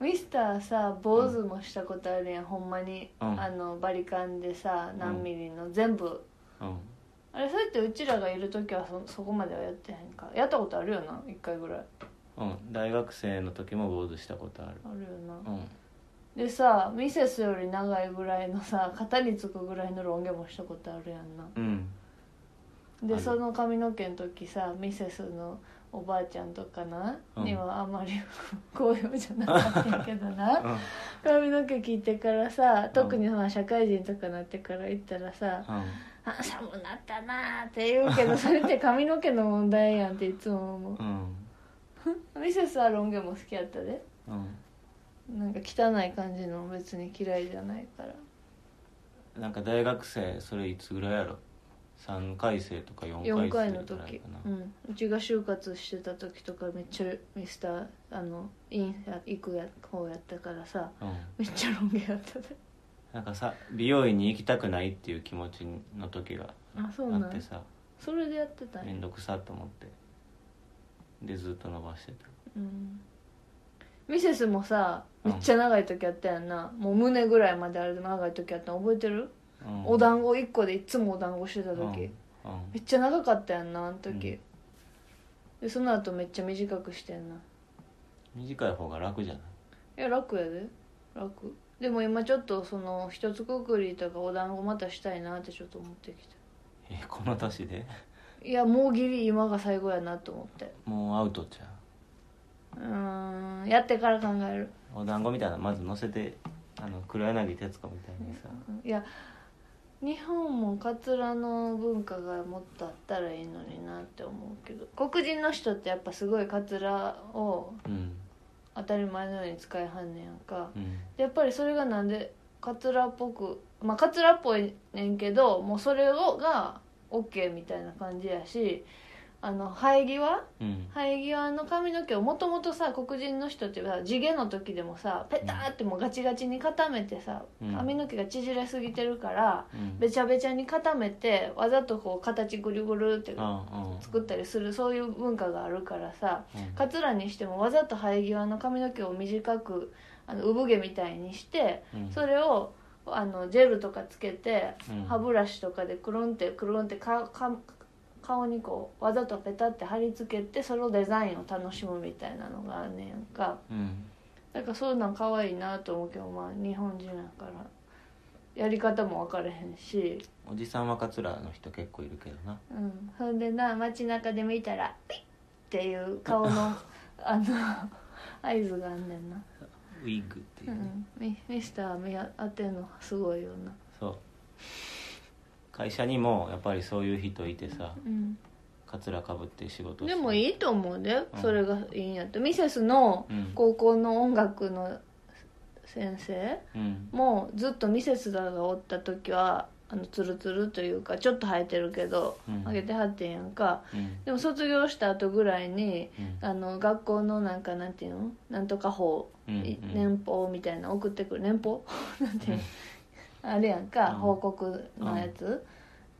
[SPEAKER 1] ミスターさ坊主もしたことあるやん、ほんまに、
[SPEAKER 2] うん
[SPEAKER 1] あのバリカンでさ
[SPEAKER 2] うん
[SPEAKER 1] 何ミリの全部、
[SPEAKER 2] うなうん
[SPEAKER 1] あれそうやってうちらがいる時はそそこまではやってへんかやったことあるよな1回ぐらい
[SPEAKER 2] うん、大学生の時も坊主したことある
[SPEAKER 1] あるよな、
[SPEAKER 2] うん
[SPEAKER 1] でさミセスより長いぐらいのさ肩につくぐらいのロン毛もしたことあるやんな
[SPEAKER 2] うんあ
[SPEAKER 1] で
[SPEAKER 2] る
[SPEAKER 1] その髪の毛の時さミセスのおばあちゃんとかな、
[SPEAKER 2] うん
[SPEAKER 1] にはあんまり 好評じゃなかったんやけどな
[SPEAKER 2] うん
[SPEAKER 1] 髪の毛切ってからさ特にまあ社会人とかなってから行ったらさ
[SPEAKER 2] うん
[SPEAKER 1] 「あ寒なったな」って言うけどそれって髪の毛の問題やんっていつも思
[SPEAKER 2] うん
[SPEAKER 1] うミセスはロン毛も好きやったで
[SPEAKER 2] うん
[SPEAKER 1] なんか汚い感じの別に嫌いじゃないから
[SPEAKER 2] なんか大学生それいつぐらいやろ3回生とか
[SPEAKER 1] 4
[SPEAKER 2] 4回
[SPEAKER 1] 回
[SPEAKER 2] 生
[SPEAKER 1] の
[SPEAKER 2] ぐらい
[SPEAKER 1] 時
[SPEAKER 2] かな、
[SPEAKER 1] うんうちが就活してた時とかめっちゃミスターあのインや行くや方やったからさ
[SPEAKER 2] うん、
[SPEAKER 1] めっちゃロン毛やったで
[SPEAKER 2] なんかさ美容院に行きたくないっていう気持ちの時が
[SPEAKER 1] あそう
[SPEAKER 2] あ
[SPEAKER 1] な
[SPEAKER 2] っ
[SPEAKER 1] ん
[SPEAKER 2] てさ
[SPEAKER 1] それでやってたんや
[SPEAKER 2] 面倒くさと思ってでずっと伸ばしてた
[SPEAKER 1] うんミセスもさ
[SPEAKER 2] う
[SPEAKER 1] め
[SPEAKER 2] ん
[SPEAKER 1] っちゃ長い時あったやんな、もう胸ぐらいまであれで長い時あったの覚えてる、
[SPEAKER 2] うん
[SPEAKER 1] お団子1個でいっつもお団子してた
[SPEAKER 2] うん
[SPEAKER 1] 時、
[SPEAKER 2] うん
[SPEAKER 1] めっちゃ長かったやんなあの時、
[SPEAKER 2] うん
[SPEAKER 1] でその後めっちゃ短くしてんな
[SPEAKER 2] 短い方が楽じゃない
[SPEAKER 1] いや楽やで楽でも今ちょっとその一つくくりとかお団子またしたいなってちょっと思ってき
[SPEAKER 2] えこの年で
[SPEAKER 1] たいやもうギリ今が最後やなと思って
[SPEAKER 2] もうアウトじゃん
[SPEAKER 1] うーんやってから考える
[SPEAKER 2] お団子みたいなのまず乗せてあの黒柳徹子みたいにさ
[SPEAKER 1] いや日本もカツラの文化がもっとあったらいいのになって思うけど黒人の人ってやっぱすごいカツラを
[SPEAKER 2] うん
[SPEAKER 1] 当たり前のように使いはんねやんか
[SPEAKER 2] うん
[SPEAKER 1] でやっぱりそれがなんでカツラっぽくまあカツラっぽいねんけどもうそれをが OK みたいな感じやしあの生え際
[SPEAKER 2] うん
[SPEAKER 1] 生え際の髪の毛をもともとさ黒人の人ってさ地毛の時でもさペターってもうガチガチに固めてさ
[SPEAKER 2] うん
[SPEAKER 1] 髪の毛が縮れすぎてるから
[SPEAKER 2] うん
[SPEAKER 1] べちゃべちゃに固めてわざとこう形ぐるぐるって
[SPEAKER 2] ああうん
[SPEAKER 1] 作ったりするそういう文化があるからさ
[SPEAKER 2] うん
[SPEAKER 1] カツラにしてもわざと生え際の髪の毛を短くあの産毛みたいにして
[SPEAKER 2] うん
[SPEAKER 1] それをあのジェルとかつけて
[SPEAKER 2] うん
[SPEAKER 1] 歯ブラシとかでクルンってクルンってかか顔にこうわざとペタって貼り付けてそのデザインを楽しむみたいなのがあんねやんか
[SPEAKER 2] うん
[SPEAKER 1] だからそういうの可愛いなと思うけどまあ日本人やからやり方も分かれへんし、
[SPEAKER 2] おじさんはカツラの人結構いるけどな
[SPEAKER 1] うん、ほんでな街中で見たら「ピッ!」っていう顔 のあの合図があんねんな、
[SPEAKER 2] ウィッグっていうう、ね
[SPEAKER 1] ん、ミミスター目当てんのすごいよな
[SPEAKER 2] そう会社にもやっぱりそういう人いてさ
[SPEAKER 1] うん
[SPEAKER 2] カツラかぶって仕事し
[SPEAKER 1] で
[SPEAKER 2] て
[SPEAKER 1] もいいと思うで、
[SPEAKER 2] うん
[SPEAKER 1] それがいいんやってミセスの
[SPEAKER 2] うん
[SPEAKER 1] 高校の音楽の先生
[SPEAKER 2] うん
[SPEAKER 1] もずっとミセスだがおった時はあのツルツルというかちょっと生えてるけど
[SPEAKER 2] うん
[SPEAKER 1] 上げてはってんやんか
[SPEAKER 2] うん
[SPEAKER 1] でも卒業した後ぐらいに
[SPEAKER 2] うん
[SPEAKER 1] あの学校のなんかなんていうのなんとか法、
[SPEAKER 2] うん
[SPEAKER 1] い
[SPEAKER 2] うん
[SPEAKER 1] 年俸みたいなの送ってくる年俸 なんていうのあれやんか、
[SPEAKER 2] うん
[SPEAKER 1] 報告のやつ、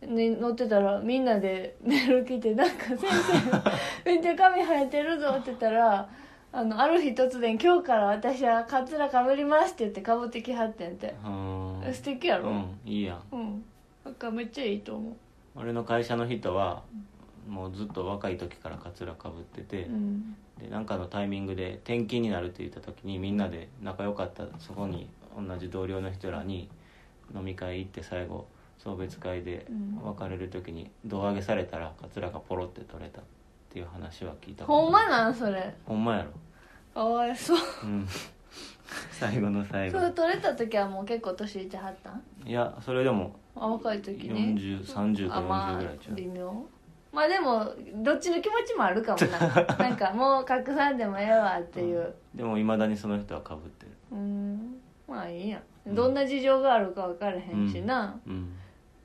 [SPEAKER 1] に乗ってたらみんなでメール来てなんか先生めっちゃ髪生えてるぞって言ったらあのある日突然「今日から私はカツラかぶります」って言ってかぶってきはってんて
[SPEAKER 2] うん
[SPEAKER 1] 素敵や
[SPEAKER 2] う
[SPEAKER 1] ろ
[SPEAKER 2] んいいやん
[SPEAKER 1] うん、なんかめっちゃいいと思う
[SPEAKER 2] 俺の会社の人はもうずっと若い時からカツラかぶってて、
[SPEAKER 1] うん
[SPEAKER 2] でなんかのタイミングで転勤になるって言った時にみんなで仲良かったそこに同じ同僚の人らに飲み会行って最後送別会で
[SPEAKER 1] うん
[SPEAKER 2] 別れる時に胴上げされたらカツラがポロって取れたっていう話は聞いたこ と
[SPEAKER 1] ほんまなんそれ
[SPEAKER 2] ほんまやろ
[SPEAKER 1] かわいそう
[SPEAKER 2] うん 最後の最後
[SPEAKER 1] そう取れた時はもう結構年いってはったん
[SPEAKER 2] いやそれでも
[SPEAKER 1] あ若い時ね
[SPEAKER 2] 4030か
[SPEAKER 1] あま
[SPEAKER 2] 40ぐらいちゃ
[SPEAKER 1] あ
[SPEAKER 2] う
[SPEAKER 1] 微妙まあでもどっちの気持ちもあるかもなな んかもう隠さんでもええわっていう
[SPEAKER 2] でもいまだにその人はかぶってる
[SPEAKER 1] うんまあいいやどんな事情があるか分からへんしな、
[SPEAKER 2] うん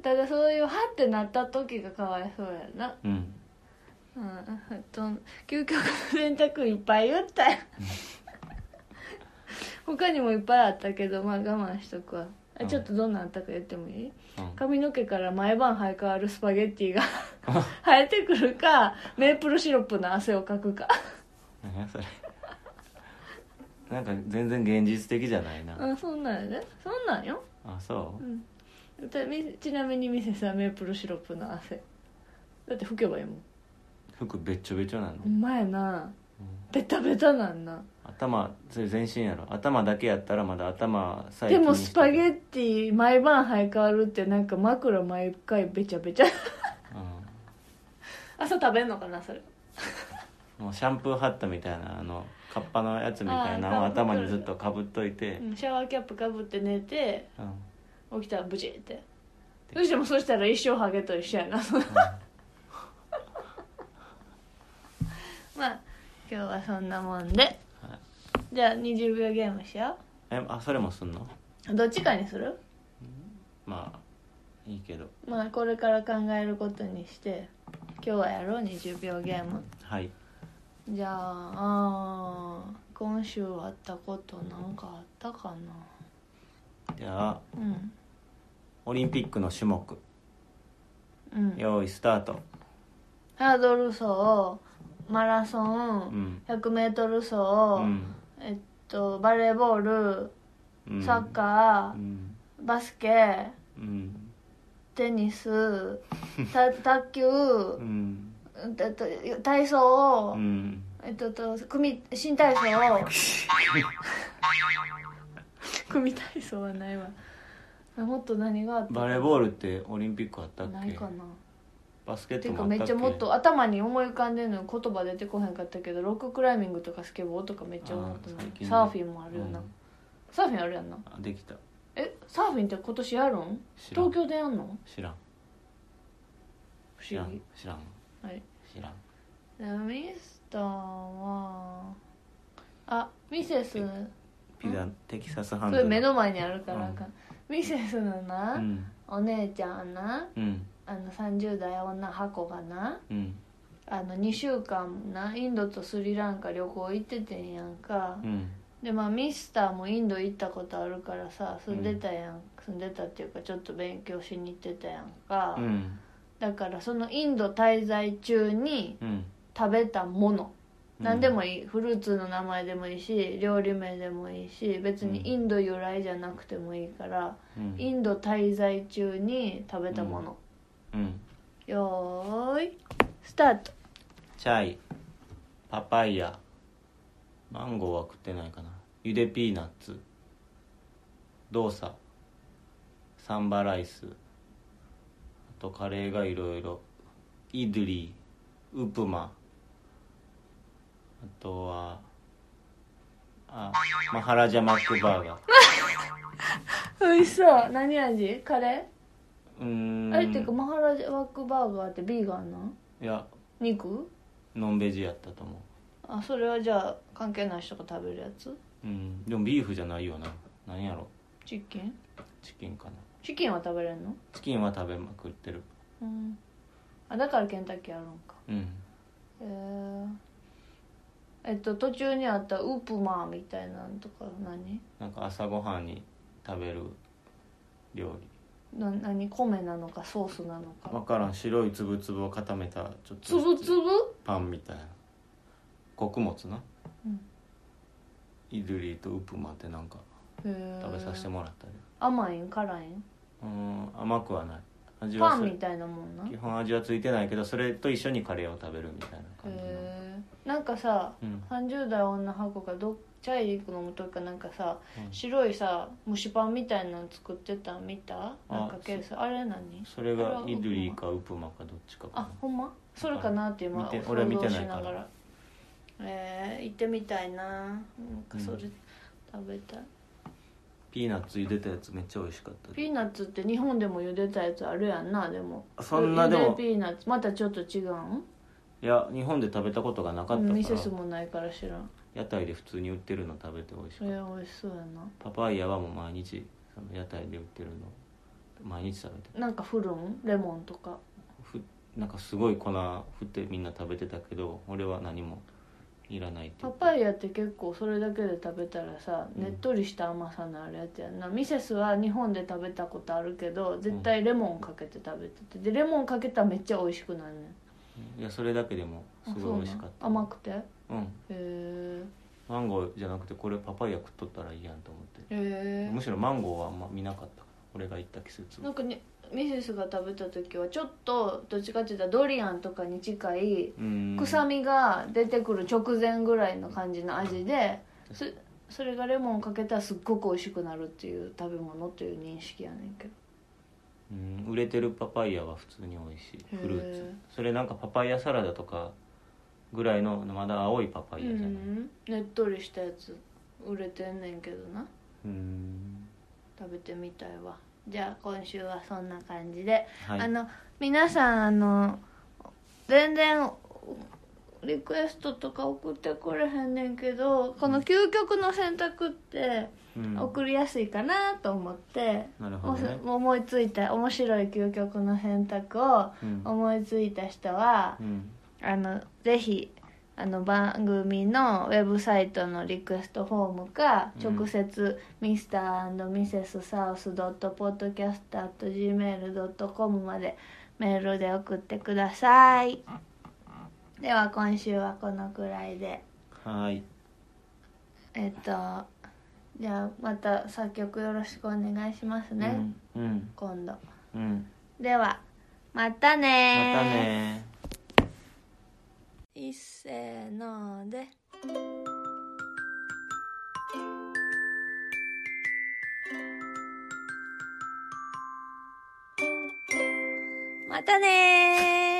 [SPEAKER 1] ただそういうハッてなった時がかわいそうやな
[SPEAKER 2] うん
[SPEAKER 1] うんと究極の選択いっぱい言った よ他にもいっぱいあったけどまあ我慢しとくわあちょっとどんなんあったか言ってもいい、
[SPEAKER 2] うん
[SPEAKER 1] 髪の毛から毎晩生え変わるスパゲッティが 生えてくるかメープルシロップの汗をかくか
[SPEAKER 2] 何やそれなんか全然現実的じゃないな、
[SPEAKER 1] うんそんなんやでそんなんよ、
[SPEAKER 2] あそうう、
[SPEAKER 1] ん、だみちなみにミセスはメープルシロップの汗だって拭けばいいもん
[SPEAKER 2] 服べっちょべちょなの、
[SPEAKER 1] ほんまやなベタベタなんな
[SPEAKER 2] 頭それ全身やろ頭だけやったらまだ頭さえ
[SPEAKER 1] でもスパゲ
[SPEAKER 2] ッ
[SPEAKER 1] ッティ毎晩生え変わるってなんか枕毎回べちゃべちゃ 朝食べんのかなそれ
[SPEAKER 2] もうシャンプーハットみたいなあのカッパのやつみたいなのを
[SPEAKER 1] あー
[SPEAKER 2] 頭にずっとかぶっといて、
[SPEAKER 1] うんシャワーキャップかぶって寝て
[SPEAKER 2] うん
[SPEAKER 1] 起きたらブチってどうしてもそしたら一生ハゲと一緒やなまあ今日はそんなもんで
[SPEAKER 2] はい
[SPEAKER 1] じゃあ20秒ゲームしよ
[SPEAKER 2] えあそれもすんの
[SPEAKER 1] うどっちかにする
[SPEAKER 2] まあいいけど
[SPEAKER 1] まあこれから考えることにして今日はやろう20秒ゲーム
[SPEAKER 2] はい
[SPEAKER 1] じゃああー今週あったことなんかあったかな
[SPEAKER 2] じゃあ
[SPEAKER 1] うん
[SPEAKER 2] オリンピックの種目
[SPEAKER 1] うん
[SPEAKER 2] 用意スタート
[SPEAKER 1] ハードル走マラソ
[SPEAKER 2] う
[SPEAKER 1] ン
[SPEAKER 2] ん
[SPEAKER 1] 100m 走、
[SPEAKER 2] うん、
[SPEAKER 1] えっとバレーボー
[SPEAKER 2] う
[SPEAKER 1] ル
[SPEAKER 2] ん、
[SPEAKER 1] サッカー
[SPEAKER 2] う、ん
[SPEAKER 1] バスケ
[SPEAKER 2] うん
[SPEAKER 1] テニ スた卓球
[SPEAKER 2] うん
[SPEAKER 1] たた体操、
[SPEAKER 2] うん
[SPEAKER 1] えっとと組新体操を組体操はないわもっと何があった
[SPEAKER 2] バレーボールってオリンピックあったっ
[SPEAKER 1] ない
[SPEAKER 2] け
[SPEAKER 1] かな
[SPEAKER 2] バスケッ
[SPEAKER 1] ていう
[SPEAKER 2] ト
[SPEAKER 1] か
[SPEAKER 2] もあ
[SPEAKER 1] め
[SPEAKER 2] っ
[SPEAKER 1] った
[SPEAKER 2] っ
[SPEAKER 1] ち
[SPEAKER 2] け
[SPEAKER 1] ゃもっと頭に思い浮かんでるのに言葉出てこへんかったけどロッククライミングとかスケボーとかめっちゃ思った
[SPEAKER 2] あー最近
[SPEAKER 1] な
[SPEAKER 2] ね
[SPEAKER 1] サーフィンもあるよな、
[SPEAKER 2] うん
[SPEAKER 1] サーフィンあるやんな
[SPEAKER 2] あできた
[SPEAKER 1] えサーフィンって今年やるん
[SPEAKER 2] 知らん
[SPEAKER 1] 東京でやんの
[SPEAKER 2] 知らん
[SPEAKER 1] 不
[SPEAKER 2] 知ら
[SPEAKER 1] 思議
[SPEAKER 2] ん知らん
[SPEAKER 1] はい
[SPEAKER 2] 知らん
[SPEAKER 1] でミスターはあミセス
[SPEAKER 2] ピザテキサスハン
[SPEAKER 1] そ
[SPEAKER 2] ド
[SPEAKER 1] れ目の前にあるから
[SPEAKER 2] うん
[SPEAKER 1] か、ミセスのな、
[SPEAKER 2] うん
[SPEAKER 1] お姉ちゃんな
[SPEAKER 2] うん
[SPEAKER 1] あの30代女箱がな
[SPEAKER 2] うん
[SPEAKER 1] あの2週間なインドとスリランカ旅行行っててんやんか、
[SPEAKER 2] うん
[SPEAKER 1] でまあミスターもインド行ったことあるからさ住んでたやん、住んでたっていうかちょっと勉強しに行ってたやんか、
[SPEAKER 2] うん
[SPEAKER 1] だからそのインド滞在中に
[SPEAKER 2] うん
[SPEAKER 1] 食べたもの
[SPEAKER 2] うん
[SPEAKER 1] 何でもいい、フルーツの名前でもいいし料理名でもいいし別にインド由来じゃなくてもいいから、
[SPEAKER 2] うん
[SPEAKER 1] インド滞在中に食べたもの、
[SPEAKER 2] うん
[SPEAKER 1] よーいスタート
[SPEAKER 2] チャイパパイヤマンゴーは食ってないかなゆでピーナッツドーササンバライスあとカレーがいろいろイドゥリーウプマあとはあマハラジャマックバーガー
[SPEAKER 1] おいしそう何味カレ
[SPEAKER 2] うー
[SPEAKER 1] ー
[SPEAKER 2] ん
[SPEAKER 1] あれっていうかマハラジャワックバーガーってビーガンなん
[SPEAKER 2] いや
[SPEAKER 1] 肉
[SPEAKER 2] ノンベジやったと思
[SPEAKER 1] あそれはじゃあ関係ない人が食べるやつ
[SPEAKER 2] ううんでもビーフじゃないよな何やろ
[SPEAKER 1] チキン
[SPEAKER 2] チキンかな
[SPEAKER 1] チキンは食べれんの
[SPEAKER 2] チキンは食べまくってる
[SPEAKER 1] うんあだからケンタッキーあるんか
[SPEAKER 2] うん
[SPEAKER 1] へええっと途中にあったウプマーみたいなんとか何
[SPEAKER 2] なんか朝ごはんに食べる料
[SPEAKER 1] な何米なのかソースなの
[SPEAKER 2] 理分
[SPEAKER 1] か
[SPEAKER 2] からん白いつぶつぶを固めたちょっ
[SPEAKER 1] つぶ
[SPEAKER 2] と
[SPEAKER 1] つぶ
[SPEAKER 2] パンみたいな穀物な、
[SPEAKER 1] うん
[SPEAKER 2] イドゥリーとウプマってなんか食
[SPEAKER 1] 食
[SPEAKER 2] べさせてもらったり、
[SPEAKER 1] 甘いん辛いん
[SPEAKER 2] うん甘くはない味
[SPEAKER 1] パ
[SPEAKER 2] はす
[SPEAKER 1] ンみ
[SPEAKER 2] る
[SPEAKER 1] たいなもんな
[SPEAKER 2] 基本味はついてないけどそれと一緒にカレーを食べるみたいな感じの、
[SPEAKER 1] へえなんかさ
[SPEAKER 2] うん
[SPEAKER 1] 30代女箱がどっチャイ行くのもとかなんかさ
[SPEAKER 2] うん
[SPEAKER 1] 白いさ蒸しパンみたいなの作ってたん見たなんか
[SPEAKER 2] あ
[SPEAKER 1] ケースあれ何
[SPEAKER 2] それ
[SPEAKER 1] あれ
[SPEAKER 2] が
[SPEAKER 1] は
[SPEAKER 2] イドゥリーかウプマかどっちかか
[SPEAKER 1] あ
[SPEAKER 2] な
[SPEAKER 1] ほんまそれかなって今
[SPEAKER 2] 見て
[SPEAKER 1] 想
[SPEAKER 2] 俺は見
[SPEAKER 1] 像
[SPEAKER 2] て
[SPEAKER 1] し
[SPEAKER 2] ないから
[SPEAKER 1] ながらえー、行ってみたいななんかそれ食べたい、
[SPEAKER 2] ピーナッツ茹でたやつめっちゃ美味しかった
[SPEAKER 1] ピーナッツって日本でも茹でたやつあるやんなでも
[SPEAKER 2] そんなでも
[SPEAKER 1] 茹でピーナッツまたちょっと違うん
[SPEAKER 2] いや日本で食べたことがなかったから
[SPEAKER 1] ミセスもないから知らん
[SPEAKER 2] 屋台で普通に売ってるの食べて美味し
[SPEAKER 1] そ
[SPEAKER 2] かっ
[SPEAKER 1] れ
[SPEAKER 2] た
[SPEAKER 1] 美味しそうや
[SPEAKER 2] パパイヤはもう毎日その屋台で売ってるの毎日食べて
[SPEAKER 1] ななんかフルンレモンとか
[SPEAKER 2] ふなんかすごい粉振ってみんな食べてたけど俺は何もいらないって
[SPEAKER 1] パパ
[SPEAKER 2] イ
[SPEAKER 1] イヤって結構それだけで食べたらさ
[SPEAKER 2] うん
[SPEAKER 1] ねっとりした甘さのあるやつやんな、ミセスは日本で食べたことあるけど絶対レモンかけて食べててでレモンかけたらめっちゃ美味しくなるねん
[SPEAKER 2] いやそれだけでもす
[SPEAKER 1] あ
[SPEAKER 2] ごい美味しかっ
[SPEAKER 1] そ
[SPEAKER 2] た
[SPEAKER 1] うなん甘くてへ
[SPEAKER 2] うん
[SPEAKER 1] え
[SPEAKER 2] マンゴーじゃなくてこれパパイヤ食っとったらいいやんと思って
[SPEAKER 1] へ
[SPEAKER 2] むしろマンゴーはあんま見なかった俺が行った季節
[SPEAKER 1] えな
[SPEAKER 2] は
[SPEAKER 1] んかねミセスが食べた時はちょっとどっちかっていうとドリアンとかに近い
[SPEAKER 2] うん
[SPEAKER 1] 臭みが出てくる直前ぐらいの感じの味でそそれがレモンかけたらすっごく美味しくなるっていう食べ物という認識やねんけど
[SPEAKER 2] うん売れてるパパイヤは普通に美味し
[SPEAKER 1] へ
[SPEAKER 2] い
[SPEAKER 1] ー
[SPEAKER 2] フルーツそれなんかパパイヤサラダとかぐらいのまだ青いパパイヤじゃない
[SPEAKER 1] うん、ねっとりしたやつ売れてんねんけどな
[SPEAKER 2] うん
[SPEAKER 1] 食べてみたいわじゃあ今週はそんな感じで、
[SPEAKER 2] はい
[SPEAKER 1] あの皆さんあの全然リクエストとか送ってこれへんねんけどこの究極の選択って
[SPEAKER 2] うん
[SPEAKER 1] 送りやすいかなと思って、
[SPEAKER 2] なるほどね
[SPEAKER 1] お思いついた面白い究極の選択を
[SPEAKER 2] うん
[SPEAKER 1] 思いついた人は
[SPEAKER 2] う、ん
[SPEAKER 1] あのぜひあの番組のウェブサイトのリクエストフォームか、
[SPEAKER 2] うん
[SPEAKER 1] 直接 Mr.&Mrs.South.podcast.gmail.com までメールで送ってくださいでは今週はこのくらいで
[SPEAKER 2] はい
[SPEAKER 1] えっとじゃあまた作曲よろしくお願いしますね、
[SPEAKER 2] うんうん
[SPEAKER 1] 今度
[SPEAKER 2] うん
[SPEAKER 1] ではまた
[SPEAKER 2] ま
[SPEAKER 1] ねー
[SPEAKER 2] たね
[SPEAKER 1] いいっせーのでまたねー